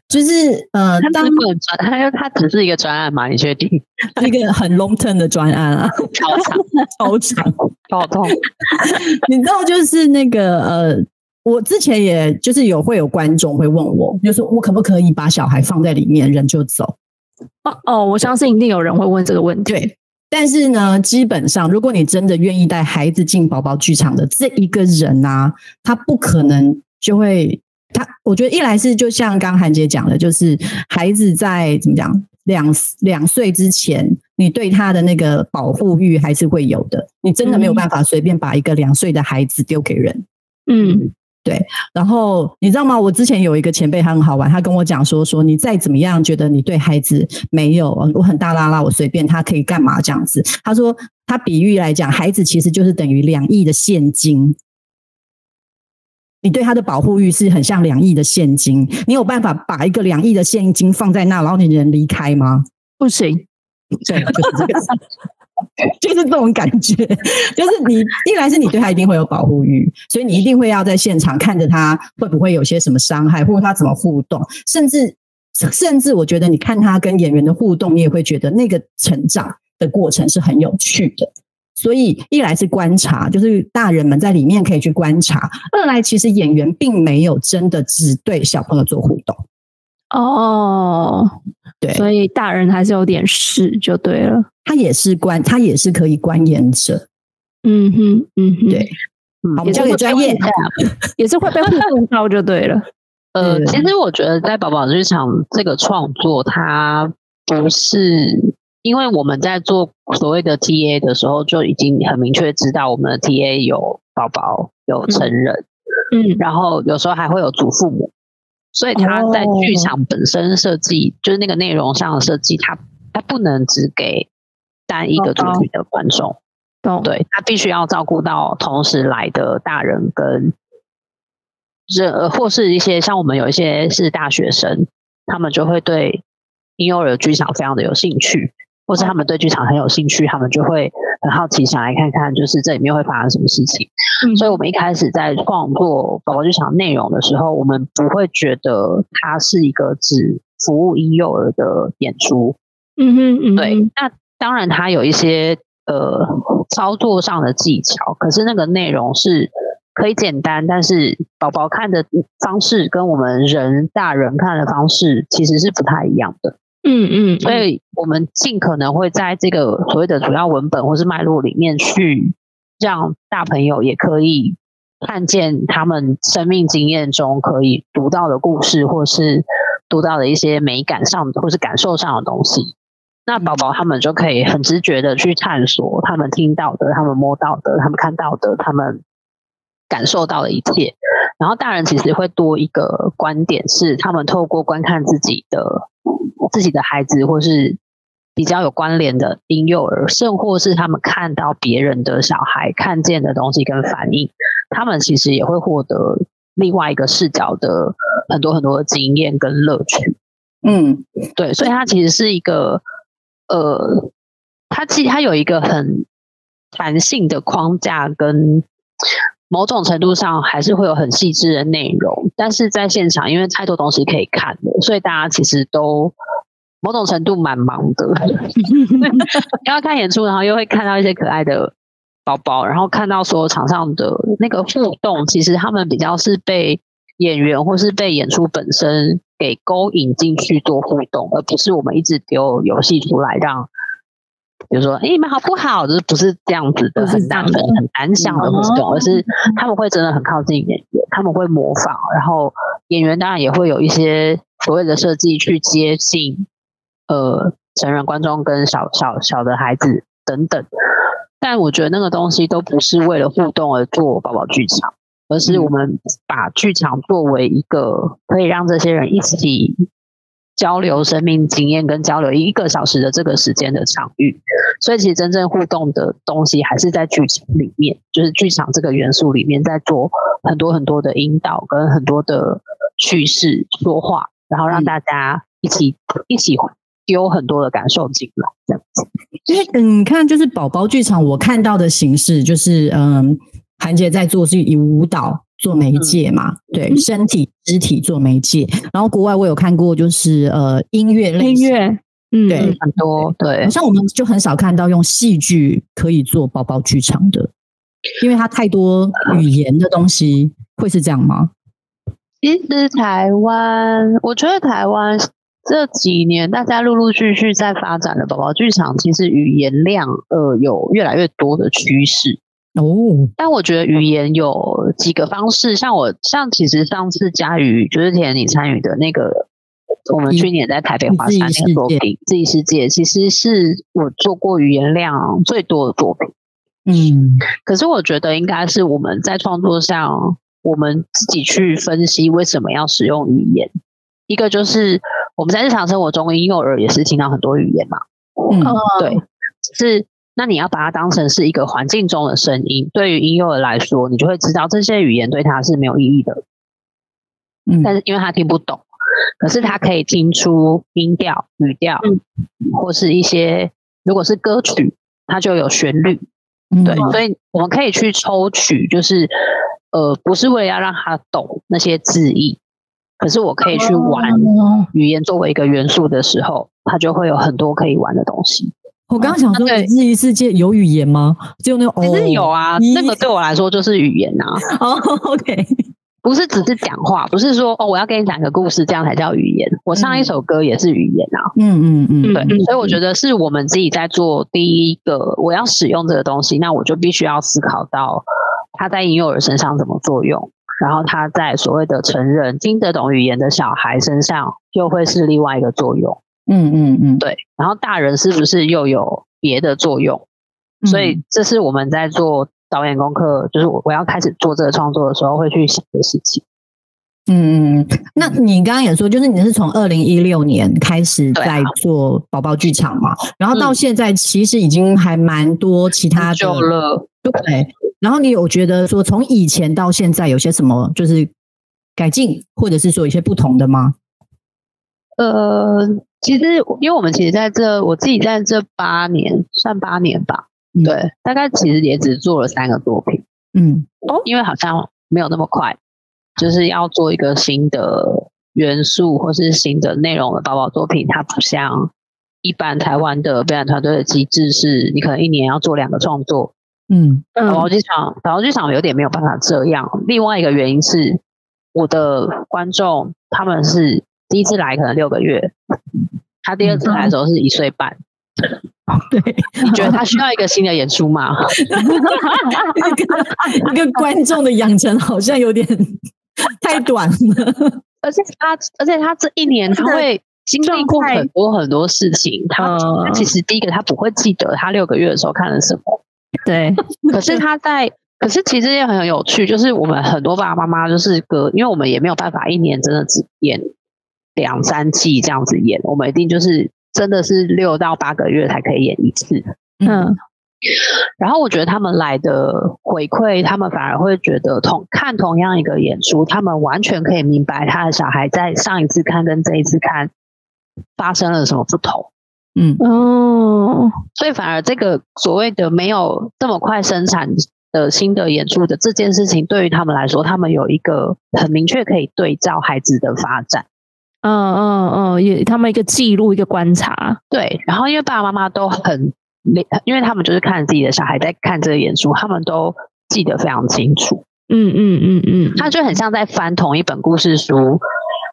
Speaker 3: 就是呃，
Speaker 5: 他
Speaker 3: 当
Speaker 5: 们不能专，他他只是一个专案嘛？你 确定？
Speaker 3: 一个很 long term 的专案啊，
Speaker 5: 超长，
Speaker 3: 超长。
Speaker 5: 超痛。
Speaker 3: 你知道，就是那个呃，我之前也就是有会有观众会问我，就说我可不可以把小孩放在里面，人就走？
Speaker 4: 哦哦，我相信一定有人会问这个问题。
Speaker 3: 对。但是呢，基本上，如果你真的愿意带孩子进宝宝剧场的这一个人啊，他不可能就会他，我觉得一来是就像刚韩姐讲的，就是孩子在怎么讲两两岁之前，你对他的那个保护欲还是会有的，你真的没有办法随便把一个两岁的孩子丢给人。
Speaker 4: 嗯，
Speaker 3: 然后你知道吗？我之前有一个前辈，他很好玩，他跟我讲说说你再怎么样觉得你对孩子没有，呃我很大啦啦，我随便他可以干嘛这样子。他说他比喻来讲，孩子其实就是等于两亿的现金。你对他的保护欲是很像两亿的现金，你有办法把一个两亿的现金放在那，然后你人离开吗？
Speaker 4: 不行，
Speaker 3: 对，就是这个， 就是这种感觉，就是你一来是你对他一定会有保护欲，所以你一定会要在现场看着他会不会有些什么伤害，或者他怎么互动，甚至甚至我觉得你看他跟演员的互动，你也会觉得那个成长的过程是很有趣的。所以，一来是观察，就是大人们在里面可以去观察；二来，其实演员并没有真的只对小朋友做互动。
Speaker 4: 哦，
Speaker 3: 对
Speaker 4: 所以大人还是有点事就对了。
Speaker 3: 他也是观，他也是可以观演者。
Speaker 4: 嗯哼，嗯哼，
Speaker 3: 对，好，我
Speaker 5: 也
Speaker 3: 们交给专业。
Speaker 4: 也是会被互动到就对了。
Speaker 5: 呃，
Speaker 3: 对
Speaker 4: 嗯
Speaker 5: 其实我觉得在宝宝日常这个创作，它不是因为我们在做所谓的 TA 的时候，就已经很明确知道我们的 TA 有宝宝、有成人，
Speaker 4: 嗯
Speaker 5: 然后有时候还会有祖父母，所以他在
Speaker 3: 哦
Speaker 5: 剧场本身设计，就是那个内容上的设计，它它不能只给单一个族
Speaker 4: 宝宝
Speaker 5: 群的观众。
Speaker 4: 懂。
Speaker 5: 对他必须要照顾到同时来的大人跟人，呃或是一些像我们有一些是大学生，他们就会对婴幼儿剧场非常的有兴趣，或是他们对剧场很有兴趣，他们就会很好奇，想来看看就是这里面会发生什么事情。
Speaker 4: 嗯
Speaker 5: 所以我们一开始在创作宝宝剧场内容的时候，我们不会觉得它是一个只服务婴幼儿的演出，
Speaker 4: 嗯哼，嗯哼
Speaker 5: 对，，那当然它有一些呃操作上的技巧，可是那个内容是可以简单，但是宝宝看的方式跟我们人大人看的方式其实是不太一样的，
Speaker 4: 嗯嗯，
Speaker 5: 所以我们尽可能会在这个所谓的主要文本或是脉络里面去让大朋友也可以。看见他们生命经验中可以读到的故事，或是读到的一些美感上或是感受上的东西。那宝宝他们就可以很直觉的去探索他们听到的、他们摸到的、他们看到的、他们感受到的一切。然后大人其实会多一个观点，是他们透过观看自己的自己的孩子，或是比较有关联的婴幼儿，甚或是他们看到别人的小孩看见的东西跟反应，他们其实也会获得另外一个视角的很多很多的经验跟乐趣。
Speaker 3: 嗯，
Speaker 5: 对，所以它其实是一个呃，它其实它有一个很弹性的框架，跟某种程度上还是会有很细致的内容，但是在现场因为太多东西可以看了，所以大家其实都。某种程度蛮忙的，要看演出，然后又会看到一些可爱的宝宝，然后看到所有场上的那个互动，其实他们比较是被演员或是被演出本身给勾引进去做互动，而不是我们一直丢游戏出来让，比如说，哎、你们好不好？就是不是这样子的，
Speaker 4: 不是
Speaker 5: 很
Speaker 4: 这
Speaker 5: 难
Speaker 4: 样
Speaker 5: 很
Speaker 4: 的
Speaker 5: 很难想的互动，而是他们会真的很靠近演员，他们会模仿，然后演员当然也会有一些所谓的设计去接近呃成人观众跟小小小的孩子等等。但我觉得那个东西都不是为了互动而做宝宝剧场，而是我们把剧场作为一个可以让这些人一起交流生命经验跟交流一个小时的这个时间的场域。所以其实真正互动的东西还是在剧情里面，就是剧场这个元素里面在做很多很多的引导跟很多的叙事说话，然后让大家一起、一起丢很多的感受进来，这样子。
Speaker 3: 因为嗯，你看，就是宝宝剧场，我看到的形式就是，嗯，韩姐在做是以舞蹈做媒
Speaker 5: 嗯
Speaker 3: 介嘛，对，身体肢体做媒介。然后国外我有看过，就是呃音乐类
Speaker 4: 音
Speaker 3: 型，
Speaker 4: 乐，嗯，
Speaker 3: 对
Speaker 5: 很多对
Speaker 3: 好，像我们就很少看到用戏剧可以做宝宝剧场的，因为它太多语言的东西，会是这样吗？
Speaker 5: 其实台湾，我觉得台湾这几年大家陆陆续续在发展的宝宝剧场，其实语言量呃有越来越多的趋势。
Speaker 3: 哦，
Speaker 5: 但我觉得语言有几个方式，像我像其实上次佳瑜就是田你参与的那个，我们
Speaker 3: 嗯
Speaker 5: 去年在台北华
Speaker 3: 自己
Speaker 5: 山那个
Speaker 3: 世
Speaker 5: 作
Speaker 3: 界
Speaker 5: 品《自己世界》，其实是我做过语言量最多的作品。
Speaker 3: 嗯，
Speaker 5: 可是我觉得应该是我们在创作上，我们自己去分析为什么要使用语言。一个就是我们在日常生活中，婴幼儿也是听到很多语言嘛，
Speaker 3: 嗯
Speaker 5: 对，是那你要把它当成是一个环境中的声音。对于婴幼儿来说，你就会知道这些语言对他是没有意义的，
Speaker 3: 嗯
Speaker 5: 但是因为他听不懂，可是他可以听出音调、语调，或是一些如果是歌曲，它就有旋律，
Speaker 3: 嗯
Speaker 5: 对，所以我们可以去抽取，就是呃，不是为了要让他懂那些字义，可是我可以去玩语言作为一个元素的时候，它就会有很多可以玩的东西。
Speaker 3: 我刚刚想说，
Speaker 5: 啊对
Speaker 3: 你自己世界有语言吗？只有那个
Speaker 5: 其
Speaker 3: 哦，
Speaker 5: 实有啊，
Speaker 3: 咦
Speaker 5: 那个对我来说就是语言啊，
Speaker 3: 哦，OK，
Speaker 5: 不是只是讲话，不是说哦，我要跟你讲个故事，这样才叫语言。我唱一首歌也是语言啊，
Speaker 3: 嗯嗯嗯，
Speaker 5: 对，所以我觉得是我们自己在做第一个，我要使用这个东西，那我就必须要思考到它在婴幼儿身上怎么作用，然后它在所谓的成人听得懂语言的小孩身上又会是另外一个作用，
Speaker 3: 嗯嗯嗯，
Speaker 5: 对，然后大人是不是又有别的作用？
Speaker 3: 嗯
Speaker 5: 所以这是我们在做导演功课，就是我我要开始做这个创作的时候会去想的事情。
Speaker 3: 嗯嗯，嗯那你刚刚也说，就是你是从二零一六年开始
Speaker 5: 对啊
Speaker 3: 在做宝宝剧场嘛，然后到现在其实已经还蛮多其他的
Speaker 5: 就，了，
Speaker 3: 对。然后你有觉得说，从以前到现在有些什么就是改进，或者是说有些不同的吗？
Speaker 5: 呃，其实因为我们其实在这，我自己在这八年，算八年吧，
Speaker 3: 嗯
Speaker 5: 对，大概其实也只做了三个作品，
Speaker 3: 嗯
Speaker 5: 因为好像没有那么快，就是要做一个新的元素或是新的内容的宝宝作品，它不像一般台湾的表演团队的机制是，你可能一年要做两个创作，
Speaker 3: 嗯
Speaker 5: 宝宝
Speaker 4: 嗯，
Speaker 5: 剧场，宝宝剧场有点没有办法这样。另外一个原因是，我的观众他们是第一次来可能六个月，他第二次来的时候是一岁半。
Speaker 3: 对，
Speaker 5: 你觉得他需要一个新的演出吗？
Speaker 3: 一个观众的养成好像有点太短了。
Speaker 5: 而且他，而且他这一年他会经历过很多很多事情。他
Speaker 4: 嗯
Speaker 5: 他其实第一个他不会记得他六个月的时候看了什么，
Speaker 4: 对，
Speaker 5: 可是他在，可是其实也很有趣，就是我们很多爸爸妈妈就是个，因为我们也没有办法一年真的只演两三季这样子演，我们一定就是真的是六到八个月才可以演一次。
Speaker 4: 嗯，
Speaker 5: 然后我觉得他们来的回馈，他们反而会觉得同看同样一个演出，他们完全可以明白他的小孩在上一次看跟这一次看发生了什么不同。
Speaker 3: 嗯
Speaker 4: 哦，
Speaker 5: 所以反而这个所谓的没有这么快生产的新的演出的这件事情，对于他们来说，他们有一个很明确可以对照孩子的发展。
Speaker 4: 嗯嗯嗯，也他们一个记录，一个观察，
Speaker 5: 对，然后因为爸爸妈妈都很，因为他们就是看自己的小孩在看这个演出，他们都记得非常清楚。
Speaker 4: 嗯嗯嗯嗯，
Speaker 5: 他就很像在翻同一本故事书，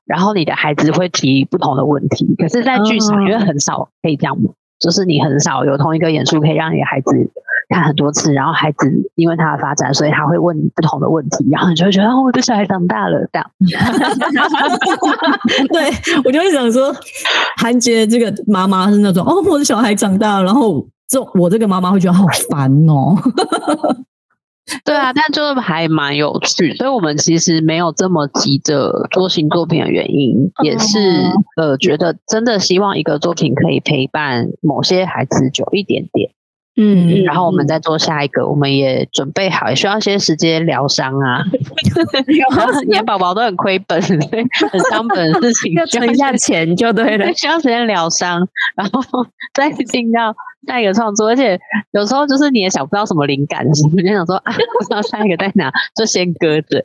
Speaker 5: 然后你的孩子会提不同的问题，可是，在剧场
Speaker 4: 嗯
Speaker 5: 因为很少可以这样，就是你很少有同一个演出可以让你的孩子看很多次，然后孩子因为他的发展，所以他会问你不同的问题，然后你就会觉得哦，我的小孩长大了这样。
Speaker 3: 对，我就会想说，韩杰这个妈妈是那种哦，我的小孩长大了，然后这我这个妈妈会觉得好烦哦。
Speaker 5: 对啊，但就是还蛮有趣，所以我们其实没有这么急着做新作品的原因，也是呃，觉得真的希望一个作品可以陪伴某些孩子久一点点。
Speaker 4: 嗯
Speaker 5: 然后我们再做下一个，我们也准备好，也需要一些时间疗伤 啊。 然后连宝宝都很亏本，所以很伤本的事 情
Speaker 4: 要
Speaker 5: 需
Speaker 4: 存一下
Speaker 5: 时
Speaker 4: 钱就对了
Speaker 5: 对，，需要时间 疗伤，然后 再进到下一个创作。而且有时候就是你也想不到什么灵感 的时候，你就想说啊，不知道下一个在哪，就先搁着。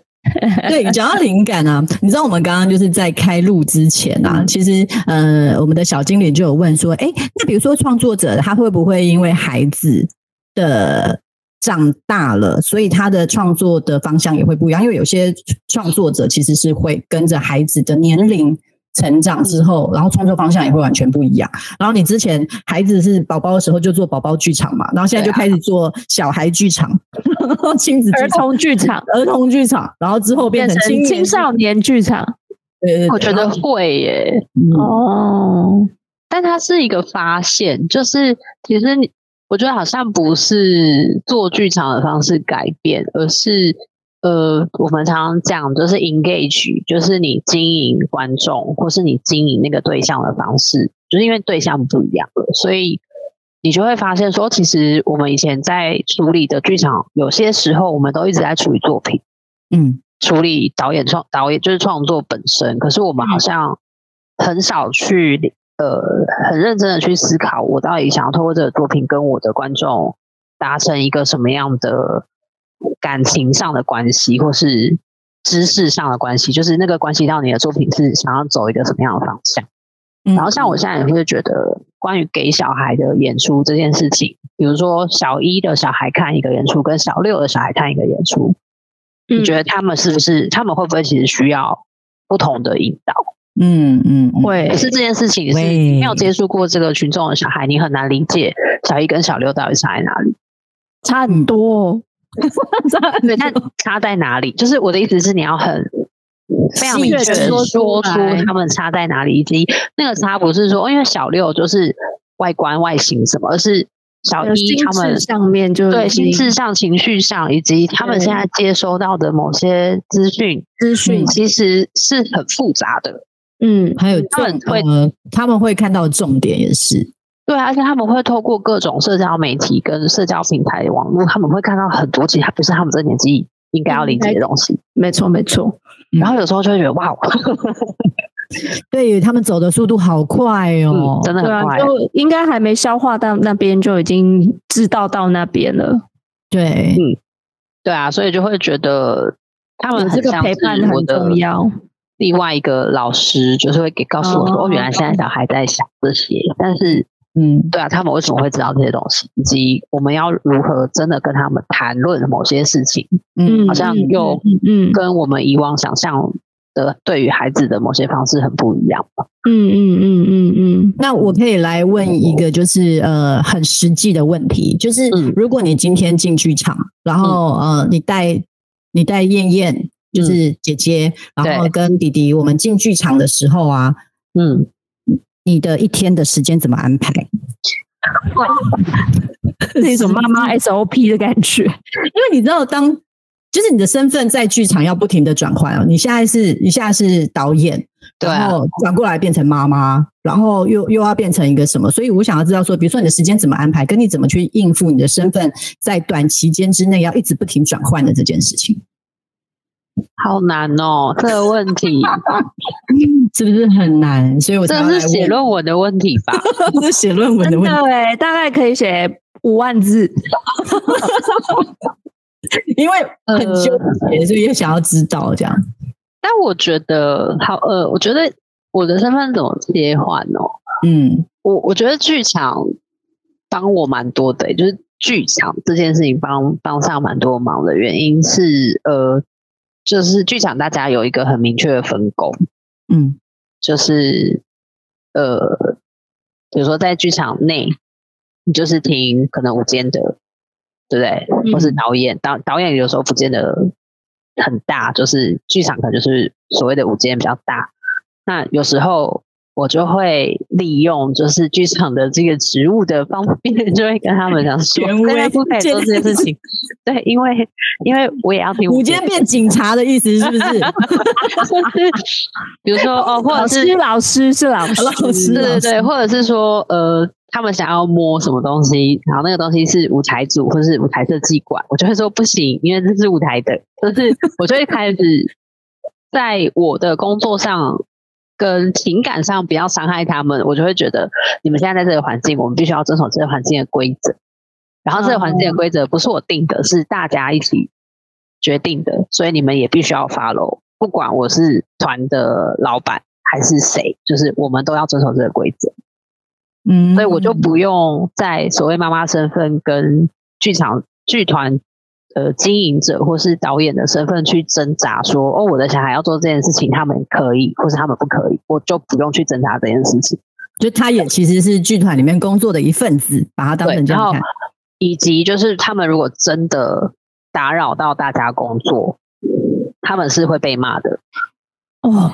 Speaker 3: 对，讲到灵感啊，你知道我们刚刚就是在开录之前啊，其实呃，我们的小经理就有问说，哎，那比如说创作者他会不会因为孩子的长大了，所以他的创作的方向也会不一样？因为有些创作者其实是会跟着孩子的年龄。成长之后，然后创作方向也会完全不一样。然后你之前孩子是宝宝的时候就做宝宝剧场嘛，然后现在就开始做小孩剧场、亲子 剧
Speaker 4: 儿
Speaker 3: 场、
Speaker 4: 童剧场
Speaker 3: 儿童剧场，然后之后变
Speaker 4: 变
Speaker 3: 成
Speaker 4: 成
Speaker 3: 青
Speaker 4: 青少年剧场，
Speaker 3: 对对对，
Speaker 5: 我觉得会耶，
Speaker 3: 哦，
Speaker 4: 哦，
Speaker 5: 但它是一个发现，就是其实你，我觉得好像不是做剧场的方式改变，而是呃，我们常常讲就是 engage，就是你经营观众或是你经营那个对象的方式，就是因为对象不一样了，所以你就会发现说，其实我们以前在处理的剧场，有些时候我们都一直在处理作品。
Speaker 3: 嗯
Speaker 5: 处理导演创导演就是创作本身，可是我
Speaker 3: 嗯
Speaker 5: 们好像很少去呃很认真的去思考，我到底想要透过这个作品跟我的观众达成一个什么样的感情上的关系，或是知识上的关系，就是那个关系到你的作品是想要走一个什么样的方向。
Speaker 3: 嗯，
Speaker 5: 然后像我现在也会觉得，关于给小孩的演出这件事情，比如说小一的小孩看一个演出，跟小六的小孩看一个演出，
Speaker 4: 嗯
Speaker 5: 你觉得他们是不是他们会不会其实需要不同的引导？
Speaker 3: 嗯嗯嗯
Speaker 4: 会
Speaker 5: 可是这件事情是
Speaker 3: 喂
Speaker 5: 没有接触过这个群众的小孩，你很难理解小一跟小六到底差在哪 里。
Speaker 4: 差很多
Speaker 5: 嗯
Speaker 4: 哦，
Speaker 5: 对，但差在哪里？就是我的意思是，你要很非常明确
Speaker 4: 细致地
Speaker 5: 的说
Speaker 4: 说
Speaker 5: 出
Speaker 4: 出来
Speaker 5: 他们差在哪里，以及那个差不是说，哦因为小六就是外观、外形什么，而是小一
Speaker 4: 心
Speaker 5: 他们
Speaker 4: 智上面就
Speaker 5: 对
Speaker 4: 已经
Speaker 5: 心智上、情绪上，以及他们
Speaker 4: 对
Speaker 5: 现在接收到的某些资讯，
Speaker 4: 资讯，
Speaker 5: 其实是很复杂的。
Speaker 4: 嗯
Speaker 3: 嗯还有
Speaker 5: 他
Speaker 3: 重
Speaker 5: 们会
Speaker 3: 呃，他们会看到重点也是，
Speaker 5: 对啊，而且他们会透过各种社交媒体跟社交平台、网络，他们会看到很多其实不是他们这个年纪应该要理解的东西。
Speaker 4: 嗯没错没错，
Speaker 3: 嗯
Speaker 5: 然后有时候就会觉得哇，哦
Speaker 3: 对他们走的速度好快哦
Speaker 5: 嗯，，真的
Speaker 4: 对
Speaker 5: 很
Speaker 4: 啊，
Speaker 5: 快。
Speaker 4: 就应该还没消化到那边就已经知道到那边了，
Speaker 3: 对，
Speaker 5: 对啊，所以就会觉得他们
Speaker 4: 有这
Speaker 5: 很
Speaker 4: 个
Speaker 5: 像
Speaker 4: 陪伴
Speaker 5: 是我
Speaker 4: 很
Speaker 5: 的
Speaker 4: 重要。
Speaker 5: 另外一个老师，就是会给告诉我说，
Speaker 4: 哦
Speaker 5: 哦，原来现在小孩在想这些，但是
Speaker 3: 嗯
Speaker 5: 对啊，他们为什么会知道这些东西，以及我们要如何真的跟他们谈论某些事情，
Speaker 3: 嗯
Speaker 5: 好像又
Speaker 4: 嗯嗯
Speaker 5: 跟我们以往想象的对于孩子的某些方式很不一样吧。
Speaker 4: 嗯嗯嗯嗯
Speaker 3: 那我可以来问一个，就是呃很实际的问题，就是
Speaker 5: 嗯
Speaker 3: 如果你今天进剧场，然后呃你带你带燕燕就是姐姐，然后
Speaker 5: 嗯对
Speaker 3: 跟弟弟，我们进剧场的时候啊，
Speaker 5: 嗯，
Speaker 3: 你的一天的时间怎么安排？
Speaker 5: 哦
Speaker 4: 那种妈妈 SOP 的感觉。
Speaker 3: 因为你知道当，就是你的身份在剧场要不停的转换哦。你现在是一下是导演，
Speaker 5: 对
Speaker 3: 然
Speaker 5: 啊，
Speaker 3: 后转过来变成妈妈，然后又又要变成一个什么？所以我想要知道说，比如说你的时间怎么安排，跟你怎么去应付你的身份在短期间之内要一直不停转换的这件事情，
Speaker 5: 好难哦，这个问题
Speaker 3: 是不是很难？所以我才要
Speaker 5: 这
Speaker 3: 来
Speaker 5: 是写
Speaker 3: 问，
Speaker 5: 论文的问题吧？
Speaker 3: 这是写论文的
Speaker 4: 真
Speaker 3: 问
Speaker 4: 的
Speaker 5: 欸
Speaker 4: 哎，大概可以写五万字。
Speaker 3: 题，因为很纠结，所以也想要知道这样。
Speaker 5: 但我觉得，好，呃，我觉得我的身份怎么切换哦？
Speaker 3: 嗯
Speaker 5: 我我觉得剧场帮我蛮多的、欸就是剧场这件事情帮帮上蛮多忙的原因是，呃，就是剧场大家有一个很明确的分工，
Speaker 3: 嗯
Speaker 5: 就是呃，比如说在剧场内，你就是听可能吴间的，对不对？或
Speaker 3: 嗯
Speaker 5: 是导演，导导演有时候不见得很大，就是剧场可能就是所谓的舞间比较大。那有时候我就会利用就是剧场的这个职务的方便，就会啊跟他们讲说，
Speaker 3: 权威
Speaker 5: 大家不可以做这件事情。对，因为因为我也要听
Speaker 3: 午
Speaker 5: 间
Speaker 3: 间变警察的意思是不是？
Speaker 5: 就是 比如说哦，或
Speaker 4: 老
Speaker 5: 者是
Speaker 4: 师，老师是老师，
Speaker 3: 老师
Speaker 5: 对对对，或者是说，呃，他们想要摸什么东西，然后那个东西是舞台组或是舞台设计馆，我就会说不行，因为这是舞台的，就是我就会开始在我的工作上跟情感上不要伤害他们，我就会觉得你们现在在这个环境，我们必须要遵守这个环境的规则。然后这个环境的规则不是我定的，是大家一起决定的，所以你们也必须要 follow。不管我是团的老板还是谁，就是我们都要遵守这个规则。
Speaker 3: 嗯，
Speaker 5: 所以我就不用在所谓妈妈身份跟剧场剧团呃经营者或是导演的身份去挣扎说，哦，我的小孩要做这件事情，他们可以，或是他们不可以，我就不用去挣扎这件事情。
Speaker 3: 就他也其实是剧团里面工作的一份子，把他当
Speaker 5: 对
Speaker 3: 成，这
Speaker 5: 然
Speaker 3: 样
Speaker 5: 后
Speaker 3: 看。
Speaker 5: 以及就是他们如果真的打扰到大家工作，他们是会被骂的。
Speaker 4: 哦，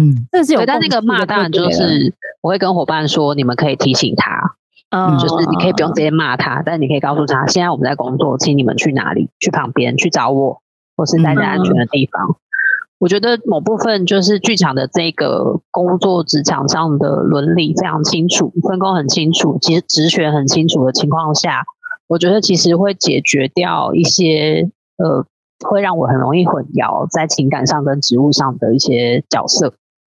Speaker 3: 嗯
Speaker 4: 这是有共识的，
Speaker 5: 对，但那个骂当然
Speaker 4: 对啊
Speaker 5: 就
Speaker 4: 不对，
Speaker 5: 是我会跟伙伴说，你们可以提醒他，
Speaker 4: 嗯
Speaker 5: 就是你可以不用直接骂他，但你可以告诉他，现在我们在工作，请你们去哪里？去旁边去找我，或是待在安全
Speaker 4: 嗯
Speaker 5: 的地方。我觉得某部分就是剧场的这个工作职场上的伦理非常清楚，分工很清楚，其实职权很清楚的情况下，我觉得其实会解决掉一些呃，会让我很容易混淆在情感上跟职务上的一些角色。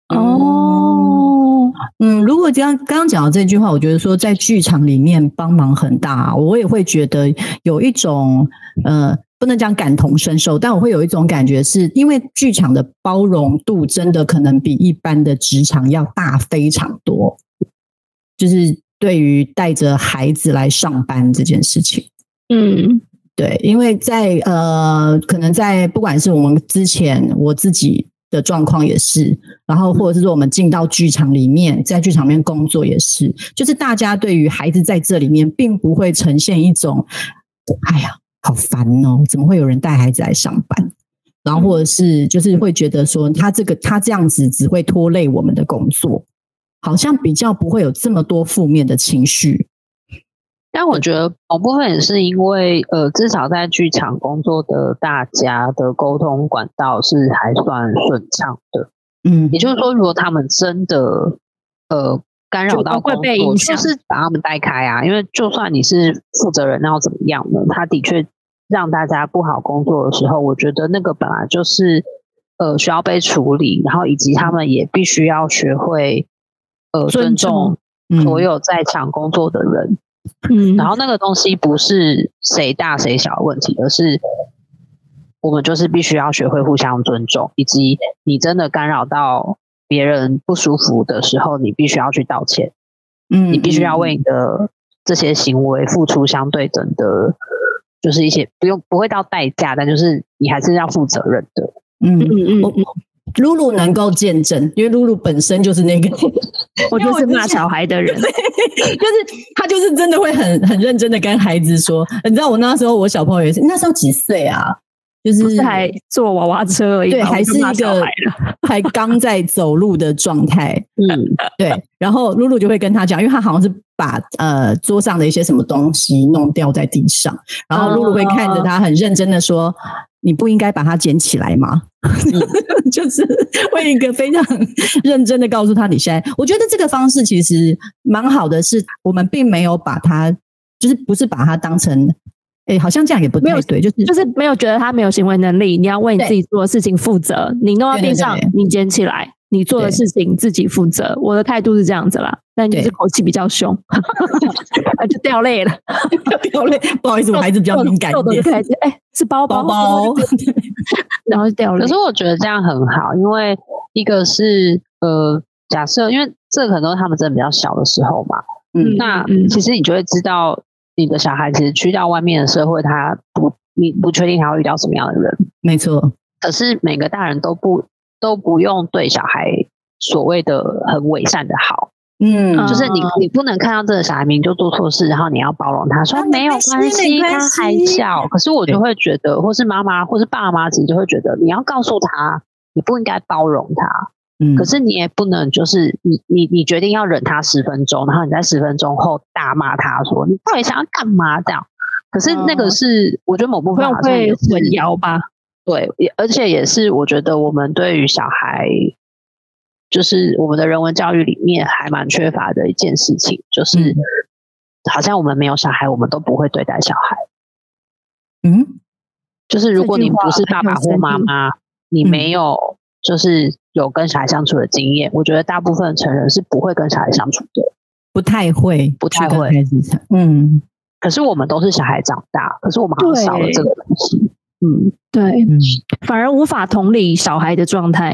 Speaker 4: 哦，
Speaker 3: 哦嗯，如果这样刚刚讲到这句话，我觉得说在剧场里面帮忙很大，啊我也会觉得有一种呃，不能讲感同身受，但我会有一种感觉是，因为剧场的包容度真的可能比一般的职场要大非常多，就是对于带着孩子来上班这件事情。
Speaker 4: 嗯，
Speaker 3: 对，因为在呃，可能在不管是我们之前我自己的状况也是，然后或者是说我们进到剧场里面，在剧场里面工作也是，就是大家对于孩子在这里面，并不会呈现一种，哎呀，好烦哦，怎么会有人带孩子来上班？然后或者是就是会觉得说，他这个他这样子只会拖累我们的工作，好像比较不会有这么多负面的情绪。
Speaker 5: 但我觉得某部分也是因为，呃，至少在剧场工作的大家的沟通管道是还算顺畅的。
Speaker 3: 嗯
Speaker 5: 也就是说，如果他们真的呃干扰到
Speaker 4: 就不会
Speaker 5: 工
Speaker 4: 被
Speaker 5: 作，
Speaker 4: 影响
Speaker 5: 就是把他们带开啊。因为就算你是负责人，那又怎么样呢？他的确让大家不好工作的时候，我觉得那个本来就是呃需要被处理，然后以及他们也必须要学会呃
Speaker 3: 尊
Speaker 5: 尊
Speaker 3: 重
Speaker 5: 重
Speaker 3: 嗯
Speaker 5: 所有在场工作的人。
Speaker 4: 嗯，
Speaker 5: 然后那个东西不是谁大谁小的问题，而是我们就是必须要学会互相尊重，以及你真的干扰到别人不舒服的时候，你必须要去道歉，
Speaker 3: 嗯
Speaker 5: 你必须要为你的这些行为付出相对等的，就是一些不用不会到代价，但就是你还是要负责任的。
Speaker 3: 嗯
Speaker 4: 嗯嗯
Speaker 3: 我
Speaker 4: 嗯，
Speaker 3: 露露能够见证，因为露露本身就是那个，
Speaker 4: 我就是
Speaker 3: 因为我
Speaker 4: 骂
Speaker 3: 之前
Speaker 4: 小孩的人，
Speaker 3: 就是她就是呃真的会很很认真的跟孩子说，你知道我那时候我小朋友也是，那时候几岁啊？就是
Speaker 4: 不是还坐娃娃车而已嘛，
Speaker 3: 对，
Speaker 4: 我
Speaker 3: 还
Speaker 4: 就是骂
Speaker 3: 一
Speaker 4: 小
Speaker 3: 个
Speaker 4: 孩了
Speaker 3: 还刚在走路的状态。
Speaker 5: 嗯，
Speaker 3: 对，然后露露就会跟他讲，因为他好像是把呃桌上的一些什么东西弄掉在地上，然后露露会看着他很认真的说：“你不应该把它捡起来吗？”就是会一个非常认真的告诉他，你现在我觉得这个方式其实蛮好的，是我们并没有把它，就是不是把它当成，哎，好像这样也不
Speaker 4: 没
Speaker 3: 太
Speaker 4: 有
Speaker 3: 对，就是
Speaker 4: 就是没有觉得他没有行为能力，你要为你
Speaker 3: 对
Speaker 4: 自己做的事情负责。你弄到
Speaker 3: 对对
Speaker 4: 地上
Speaker 3: 对，
Speaker 4: 你捡起来，你做的
Speaker 3: 对
Speaker 4: 事情自己负责。我的态度是这样子啦，但你就
Speaker 3: 对
Speaker 4: 是口气比较凶， 啊就掉泪了。
Speaker 3: 掉泪。不好意思，我孩子比较敏感
Speaker 4: 皱
Speaker 3: 一
Speaker 4: 的
Speaker 3: 点，
Speaker 4: 开始， 哎，是包
Speaker 3: 包包。
Speaker 4: 包，然后就掉泪
Speaker 5: 可。是我觉得这样很好，因为一个是呃，假设因为这可能都是他们真的比较小的时候嘛，
Speaker 3: 嗯
Speaker 5: 那
Speaker 4: 嗯
Speaker 5: 其实你就会知道你的小孩其实去到外面的社会，他不你不确定他会遇到什么样的人。
Speaker 3: 没错，
Speaker 5: 可是每个大人都不都不用对小孩所谓的很伪善的好，
Speaker 3: 嗯，
Speaker 4: 嗯
Speaker 5: 就是你你不能看到这个小孩明明就做错事，然后你要包容他，说
Speaker 3: 啊
Speaker 5: 没有
Speaker 3: 没
Speaker 5: 关
Speaker 3: 关系
Speaker 5: 系，
Speaker 3: 没
Speaker 5: 他
Speaker 3: 关
Speaker 5: 还
Speaker 3: 系
Speaker 5: 小。可是我就
Speaker 3: 对
Speaker 5: 会觉得，或是妈妈或是爸妈，其实就会觉得你要告诉他，你不应该包容他，
Speaker 3: 嗯
Speaker 5: 可是你也不能就是你你你决定要忍他十分钟，然后你在十分钟后大骂他说你到底想要干嘛这样。可是那个
Speaker 3: 嗯
Speaker 5: 是，我觉得某部
Speaker 4: 不
Speaker 5: 分
Speaker 4: 用
Speaker 5: 好像
Speaker 4: 会
Speaker 5: 也是
Speaker 4: 混淆吧？
Speaker 5: 对，也而且也是我觉得我们对于小孩，就是我们的人文教育里面还蛮缺乏的一件事情，就是、
Speaker 3: 嗯
Speaker 5: 好像我们没有小孩，我们都不会对待小孩。
Speaker 3: 嗯，
Speaker 5: 就是如
Speaker 4: 这
Speaker 5: 果
Speaker 4: 句
Speaker 5: 你不
Speaker 4: 话
Speaker 5: 是
Speaker 4: 很
Speaker 5: 爸
Speaker 4: 有
Speaker 5: 爸或
Speaker 4: 深
Speaker 5: 妈
Speaker 4: 意
Speaker 5: 妈，你
Speaker 3: 嗯
Speaker 5: 没有就是有跟小孩相处的经验，我觉得大部分成人是不会跟小孩相处的。
Speaker 3: 不太会，
Speaker 5: 不太
Speaker 3: 去跟
Speaker 5: 会
Speaker 3: 孩子讲，嗯
Speaker 5: 可是我们都是小孩长大，可是我们好像少了这个东西。嗯，
Speaker 4: 对，
Speaker 3: 嗯，
Speaker 4: 反而无法同理小孩的状态。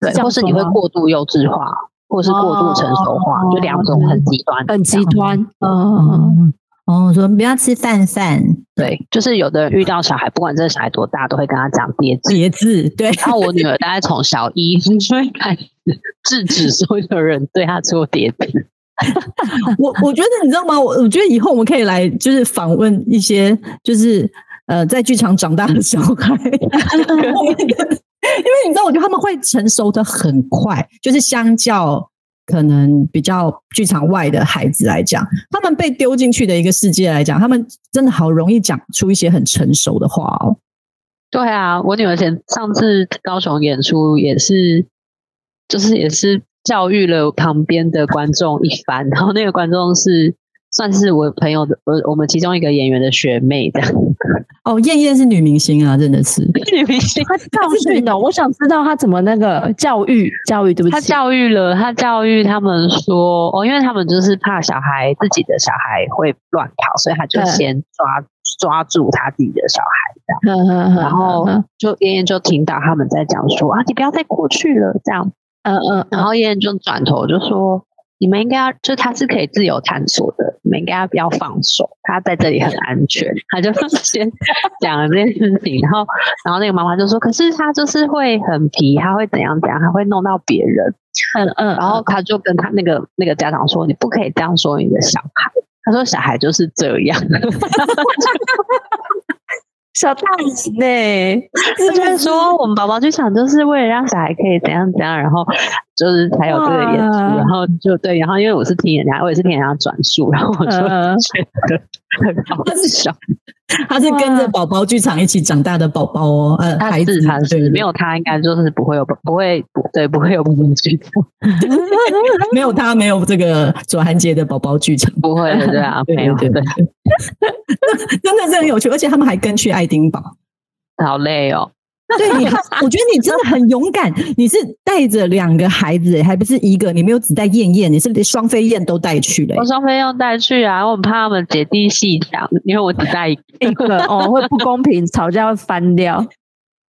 Speaker 5: 对
Speaker 4: 这，样
Speaker 5: 或是你
Speaker 4: 说
Speaker 5: 会
Speaker 4: 吗
Speaker 5: 过度幼稚化，或是过度成熟化，就两种很极端的
Speaker 4: 哦很
Speaker 5: 这样
Speaker 4: 极端，嗯，
Speaker 3: 哦哦，说不要吃饭 饭，
Speaker 5: 对，就是有的人遇到小孩，不管这个小孩多大，都会跟他讲 叠字。
Speaker 3: 节制，对，
Speaker 5: 然后我女儿大概从小一 就会开始制止所有人对她做叠字。
Speaker 3: 我我觉得你知道吗？我我觉得以后我们可以来就是访问一些就是呃在剧场长大的小 孩，我们的因为你知道，我觉得他们会成熟的很快，就是相较可能比较剧场外的孩子来讲，他们被丢进去的一个世界来讲，他们真的好容易讲出一些很成熟的话哦。
Speaker 5: 对啊，我女儿前上次高雄演出也是，就是也是教育了旁边的观众一番，然后那个观众是算是我朋友的，我我们其中一个演员的学妹 的
Speaker 3: 哦，燕燕是女明星啊，真的是。
Speaker 5: 女明星。
Speaker 4: 他教训的，我想知道他怎么那个教育教育，对不起，
Speaker 5: 他教育了，他教育他们说，哦，因为他们就是怕小孩自己的小孩会乱跑，所以他就
Speaker 4: 对
Speaker 5: 先抓抓住他自己的小孩，
Speaker 4: 嗯，嗯
Speaker 5: 然后就燕燕就听到他们在讲说啊，你不要再过去了这样，
Speaker 4: 嗯嗯
Speaker 5: 然后燕燕就转头就说，你们应该要，就他是可以自由探索的，你们应该要不要放手？他在这里很安全，他就 先讲了这件事情，然后然后那个妈妈就说，可是他就是会很皮，他会怎样怎样，他会弄到别人。
Speaker 4: 嗯嗯，
Speaker 5: 然后他就跟他那个那个家长说：“你不可以这样说你的小孩。”他说：“小孩就是这样。
Speaker 4: 小大人呢，”
Speaker 5: 他就会说：“我们宝宝剧场就是为了让小孩可以怎样怎样，然后就是才有这个演出。”
Speaker 4: 哇
Speaker 5: 然后就对，然后因为我是听人家，我也是听人家转述，然后我就
Speaker 4: 嗯
Speaker 5: 觉得很好笑。啊
Speaker 3: 她是跟着宝宝剧场一起长大的宝宝哦，呃，
Speaker 5: 他
Speaker 3: 孩
Speaker 5: 是
Speaker 3: 子
Speaker 5: 他
Speaker 3: 对
Speaker 5: 是
Speaker 3: 对
Speaker 5: 没有他，应该就是不会有不会不对不会有不能剧场，
Speaker 3: 没有他没有这个左涵杰的宝宝剧场，
Speaker 5: 不会的对 啊，
Speaker 3: 对
Speaker 5: 没有
Speaker 3: 对对，真的是很有趣，而且他们还跟去爱丁 堡。
Speaker 5: 好累哦。
Speaker 3: 对你，我觉得你真的很勇敢，你是带着两个孩子，还不是一个，你没有只带燕燕，你是连双飞燕都带去了
Speaker 5: 我。双飞要带去啊，我很怕他们姐弟戏讲，因为我只带一个。
Speaker 4: 一个哦会不公平，吵架会翻掉，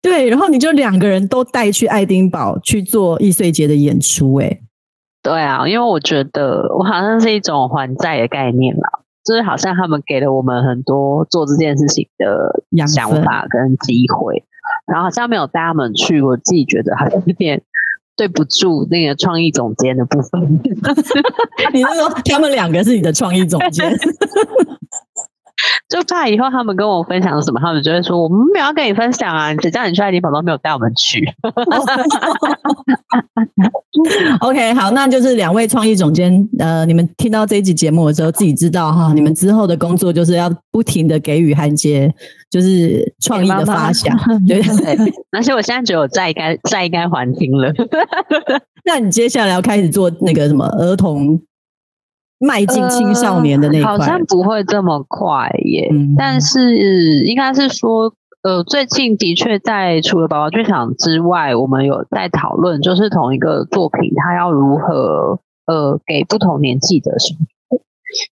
Speaker 3: 对，然后你就两个人都带去爱丁堡去做易碎节的演出，哎，
Speaker 5: 对啊，因为我觉得我好像是一种还债的概念啦，就是好像他们给了我们很多做这件事情的
Speaker 3: 养
Speaker 5: 想
Speaker 3: 分
Speaker 5: 法跟机会，然后好像没有带他们去，我自己觉得好像有点对不住那个创意总监的部分。
Speaker 3: 你是说他们两个是你的创意总监？
Speaker 5: 就怕以后他们跟我分享什么，他们就会说我们没有要跟你分享啊，谁叫你去爱丁堡都没有带我们去。
Speaker 3: OK，好，那就是两位创意总监，呃，你们听到这一集节目的时候，自己知道哈，你们之后的工作就是要不停的给予焊接，就是创意的发想。 对，
Speaker 5: 对，而且我现在觉得我债该债该还清了。
Speaker 3: 那你接下来要开始做那个什么儿童迈进青少年的那一块？
Speaker 5: 呃好像不会这么快耶，
Speaker 3: 嗯
Speaker 5: 但是应该是说，呃，最近的确在除了宝宝剧场之外，我们有在讨论，就是同一个作品它要如何呃给不同年纪的小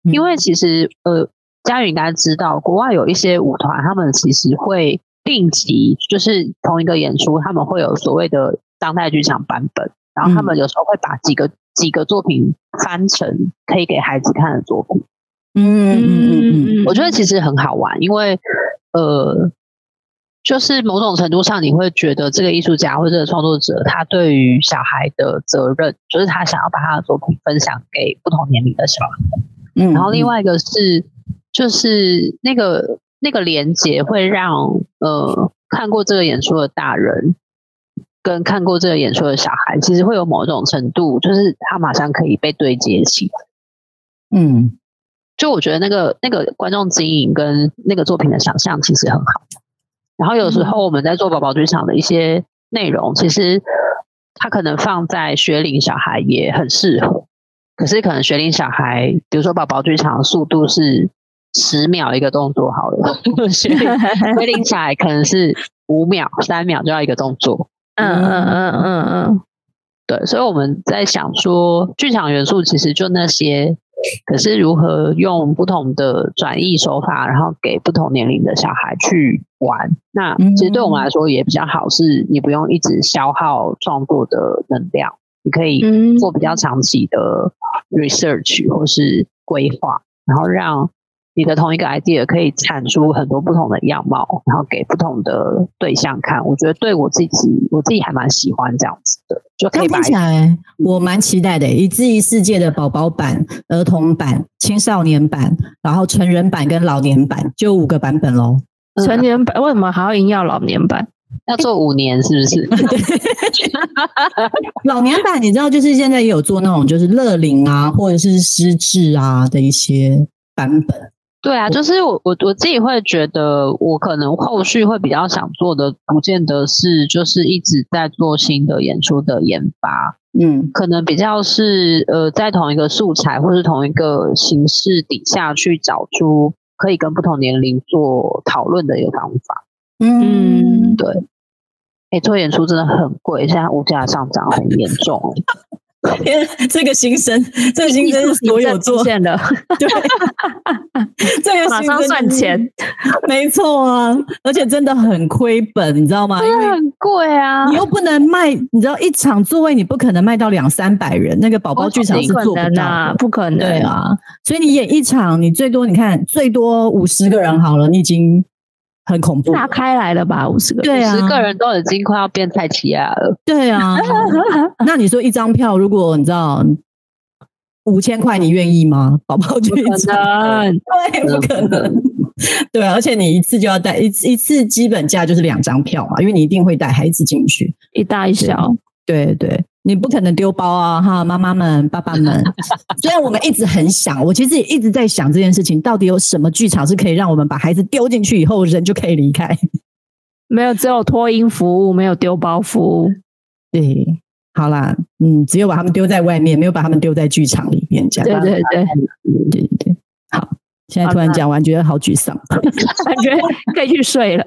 Speaker 3: 嗯
Speaker 5: 因为其实呃，佳宇应该知道，国外有一些舞团，他们其实会定期，就是同一个演出，他们会有所谓的当代剧场版本，然后他
Speaker 3: 嗯
Speaker 5: 们有时候会把几个几个作品翻成可以给孩子看的作品。
Speaker 3: 嗯嗯嗯嗯，
Speaker 5: 我觉得其实很好玩，因为呃，就是某种程度上，你会觉得这个艺术家或者这个创作者，他对于小孩的责任，就是他想要把他的作品分享给不同年龄的小孩。
Speaker 3: 嗯
Speaker 5: 然后另外一个是，就是那个那个连接会让呃看过这个演出的大人跟看过这个演出的小孩，其实会有某种程度，就是他马上可以被对接起来。
Speaker 3: 嗯，
Speaker 5: 就我觉得那个那个观众经营跟那个作品的想象其实很好。然后有时候我们在做宝宝剧场的一些内容，其实它可能放在学龄小孩也很适合，可是可能学龄小孩，比如说宝宝剧场的速度是十秒一个动作好了， 学 龄学龄小孩可能是五秒、三秒就要一个动作。
Speaker 4: 嗯嗯嗯嗯嗯，
Speaker 5: 对，所以我们在想说，剧场元素其实就那些，可是如何用不同的转译手法，然后给不同年龄的小孩去玩，那其实对我们来说也比较好，是你不用一直消耗创作的能量，你可以
Speaker 4: 嗯
Speaker 5: 做比较长期的 research 或是规划，然后让你的同一个 idea 可以产出很多不同的样貌，然后给不同的对象看。我觉得对我自己，我自己还蛮喜欢这样子的，就可
Speaker 3: 那
Speaker 5: 以把
Speaker 3: 听起来我蛮期待的，以至于世界的宝宝版、儿童版、青少年版，然后成人版跟老年版，就五个版本喽。
Speaker 4: 成年版为什么还要硬要老年版？
Speaker 5: 要做五年，是不是？
Speaker 3: 老年版你知道，就是现在也有做那种就是乐龄啊，或者是失智啊的一些版本。
Speaker 5: 对啊，就是我我我自己会觉得，我可能后续会比较想做的，不见得是就是一直在做新的演出的研发，
Speaker 3: 嗯
Speaker 5: 可能比较是呃，在同一个素材或是同一个形式底下去找出可以跟不同年龄做讨论的一个方法。
Speaker 4: 嗯
Speaker 5: 对，哎、做演出真的很贵，现在物价上涨很严重。
Speaker 3: 这个新生，这个新生是所有做
Speaker 4: 出现了，
Speaker 3: 对，这个
Speaker 4: 马
Speaker 3: 新生
Speaker 4: 上
Speaker 3: 就是
Speaker 4: 算钱，
Speaker 3: 没错啊，而且真的很亏本，你知道吗？啊因为
Speaker 5: 很贵啊
Speaker 3: 你又不能卖，你知道一场座位你不可能卖到两三百人，那个宝宝剧场是
Speaker 4: 不
Speaker 3: 做
Speaker 4: 可
Speaker 3: 不到
Speaker 4: 能啊，
Speaker 3: 的。
Speaker 4: 不可能，
Speaker 3: 对啊，所以你演一场，你最多你看最多五十个人好了，你已经很恐怖了。
Speaker 4: 打开来了吧，五十个，
Speaker 3: 对啊
Speaker 5: 十，个人都已经快要变蔡奇亚了。
Speaker 3: 对啊。那你说一张票，如果你知道五千块，你愿意吗？宝宝剧
Speaker 4: 啊
Speaker 3: 场
Speaker 5: 嗯，
Speaker 3: 对，不可能。对啊，而且你一次就要带一次一次基本价就是两张票嘛，因为你一定会带孩子进去。
Speaker 4: 一大一小，
Speaker 3: 对对，你不可能丢包啊，哈，妈妈们、爸爸们。 虽然我们一直很想，我其实也一直在想这件事情，到底有什么剧场是可以让我们把孩子丢进去以后，人就可以离开？
Speaker 4: 没有只有脱音服务，没有丢包服务，
Speaker 3: 对，好啦，嗯，只有把他们丢在外面，没有把他们丢在剧场里面，这
Speaker 4: 对
Speaker 3: 样。
Speaker 4: 对对，
Speaker 3: 对对对，好。现在突然讲完，觉得好沮丧。
Speaker 4: 感觉 可以去睡了。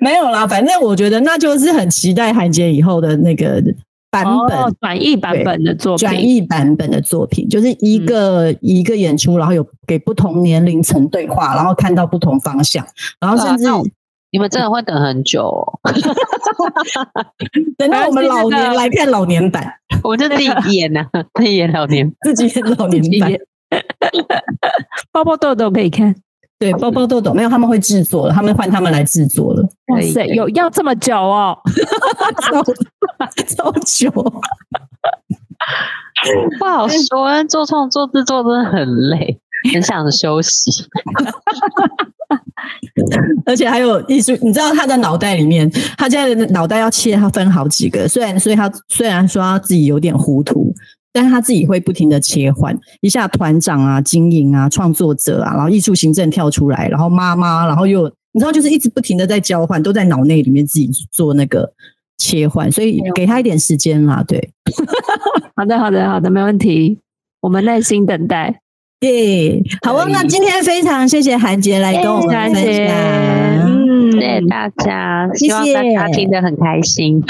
Speaker 3: 没有啦，反正我觉得那就是很期待韩杰以后的那个版本。
Speaker 4: 哦，转译版本的作品，
Speaker 3: 转译版本的作品，就是一个、一个演出，然后有给不同年龄层对话，然后看到不同方向，然后甚至
Speaker 5: 哇那我你们真的会等很久、哦，
Speaker 3: 等到我们
Speaker 4: 还有
Speaker 3: 老
Speaker 4: 就是那个
Speaker 3: 年来看老年版，
Speaker 5: 我就自己演呐、啊， 自己演老年。
Speaker 3: 自己演老年版。
Speaker 4: 包包豆豆可以看。
Speaker 3: 对，包包豆豆没有，他们会制作了，他们换他们来制作了，
Speaker 4: 哇
Speaker 5: 可以
Speaker 4: 塞，
Speaker 5: 可以
Speaker 4: 有要这么久哦？
Speaker 3: 超超久。
Speaker 5: 不好说，做创作制作真的很累。很想休息。
Speaker 3: 而且还有艺术，你知道他的脑袋里面，他现在的脑袋要切，他分好几个。虽然，所以他虽然说他自己有点糊涂，但是他自己会不停的切换，一下团长啊、经营啊、创作者啊，然后艺术行政跳出来，然后妈妈，然后又你知道，就是一直不停的在交换，都在脑内里面自己做那个切换。所以给他一点时间啦，对，
Speaker 4: 好的，好的，好的，没问题，我们耐心等待。
Speaker 3: 对，好哦。
Speaker 5: 可以
Speaker 3: 那今天非常谢谢韩杰来哎跟我们
Speaker 4: 感
Speaker 3: 分
Speaker 4: 谢，
Speaker 3: 享。
Speaker 4: 嗯，
Speaker 5: 谢谢大家，
Speaker 3: 谢
Speaker 5: 希望大家
Speaker 3: 谢
Speaker 5: 听得很开心。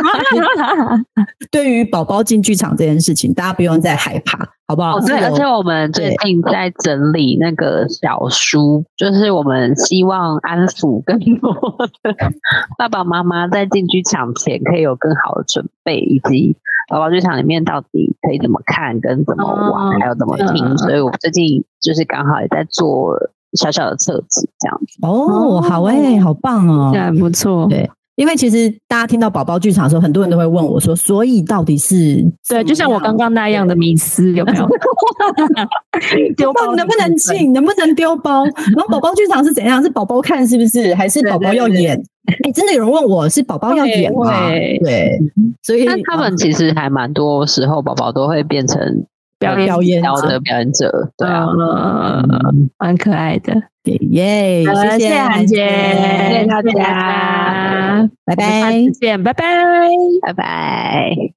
Speaker 4: 哎
Speaker 3: 对于宝宝进剧场这件事情，大家不用再害怕，好不好？
Speaker 5: 哦，对，
Speaker 3: 是有
Speaker 5: 而且我们最近在整理那个小书，就是我们希望安抚更多的爸爸妈妈在进剧场前可以有更好的准备，以及宝宝剧场里面到底可以怎么看、跟怎么玩，
Speaker 4: 哦
Speaker 5: 还有怎么
Speaker 4: 嗯
Speaker 5: 听。所以我最近就是刚好也在做小小的测试，这样子。
Speaker 3: 哦，好哎、好棒哦！
Speaker 4: 对，不错。
Speaker 3: 对因为其实大家听到宝宝剧场的时候，很多人都会问我说，所以到底是
Speaker 4: 对，就像我刚刚那样的迷思，有没 有？
Speaker 3: 丢
Speaker 4: 丢
Speaker 3: 包
Speaker 4: 包
Speaker 3: 能不能
Speaker 4: 的部分？
Speaker 3: 进，能不能丢包？然后宝宝剧场是怎样？是宝宝看是不是？还是宝宝要演？哎，真的有人问我是宝宝要演吗？
Speaker 4: 对
Speaker 3: 对，所以嗯
Speaker 5: 但他们其实还蛮多时候，宝宝都会变成
Speaker 4: 表演
Speaker 3: 表演
Speaker 5: 高的表演者，对啊。
Speaker 4: 嗯，蛮可爱的。
Speaker 3: 对耶，
Speaker 4: 好
Speaker 3: 谢
Speaker 4: 了谢谢
Speaker 3: 韩
Speaker 4: 韩姐，
Speaker 3: 姐，
Speaker 5: 大家
Speaker 4: 谢谢大家
Speaker 3: 拜
Speaker 4: 我们下
Speaker 3: 拜
Speaker 4: 次。见，拜拜。
Speaker 5: 拜拜。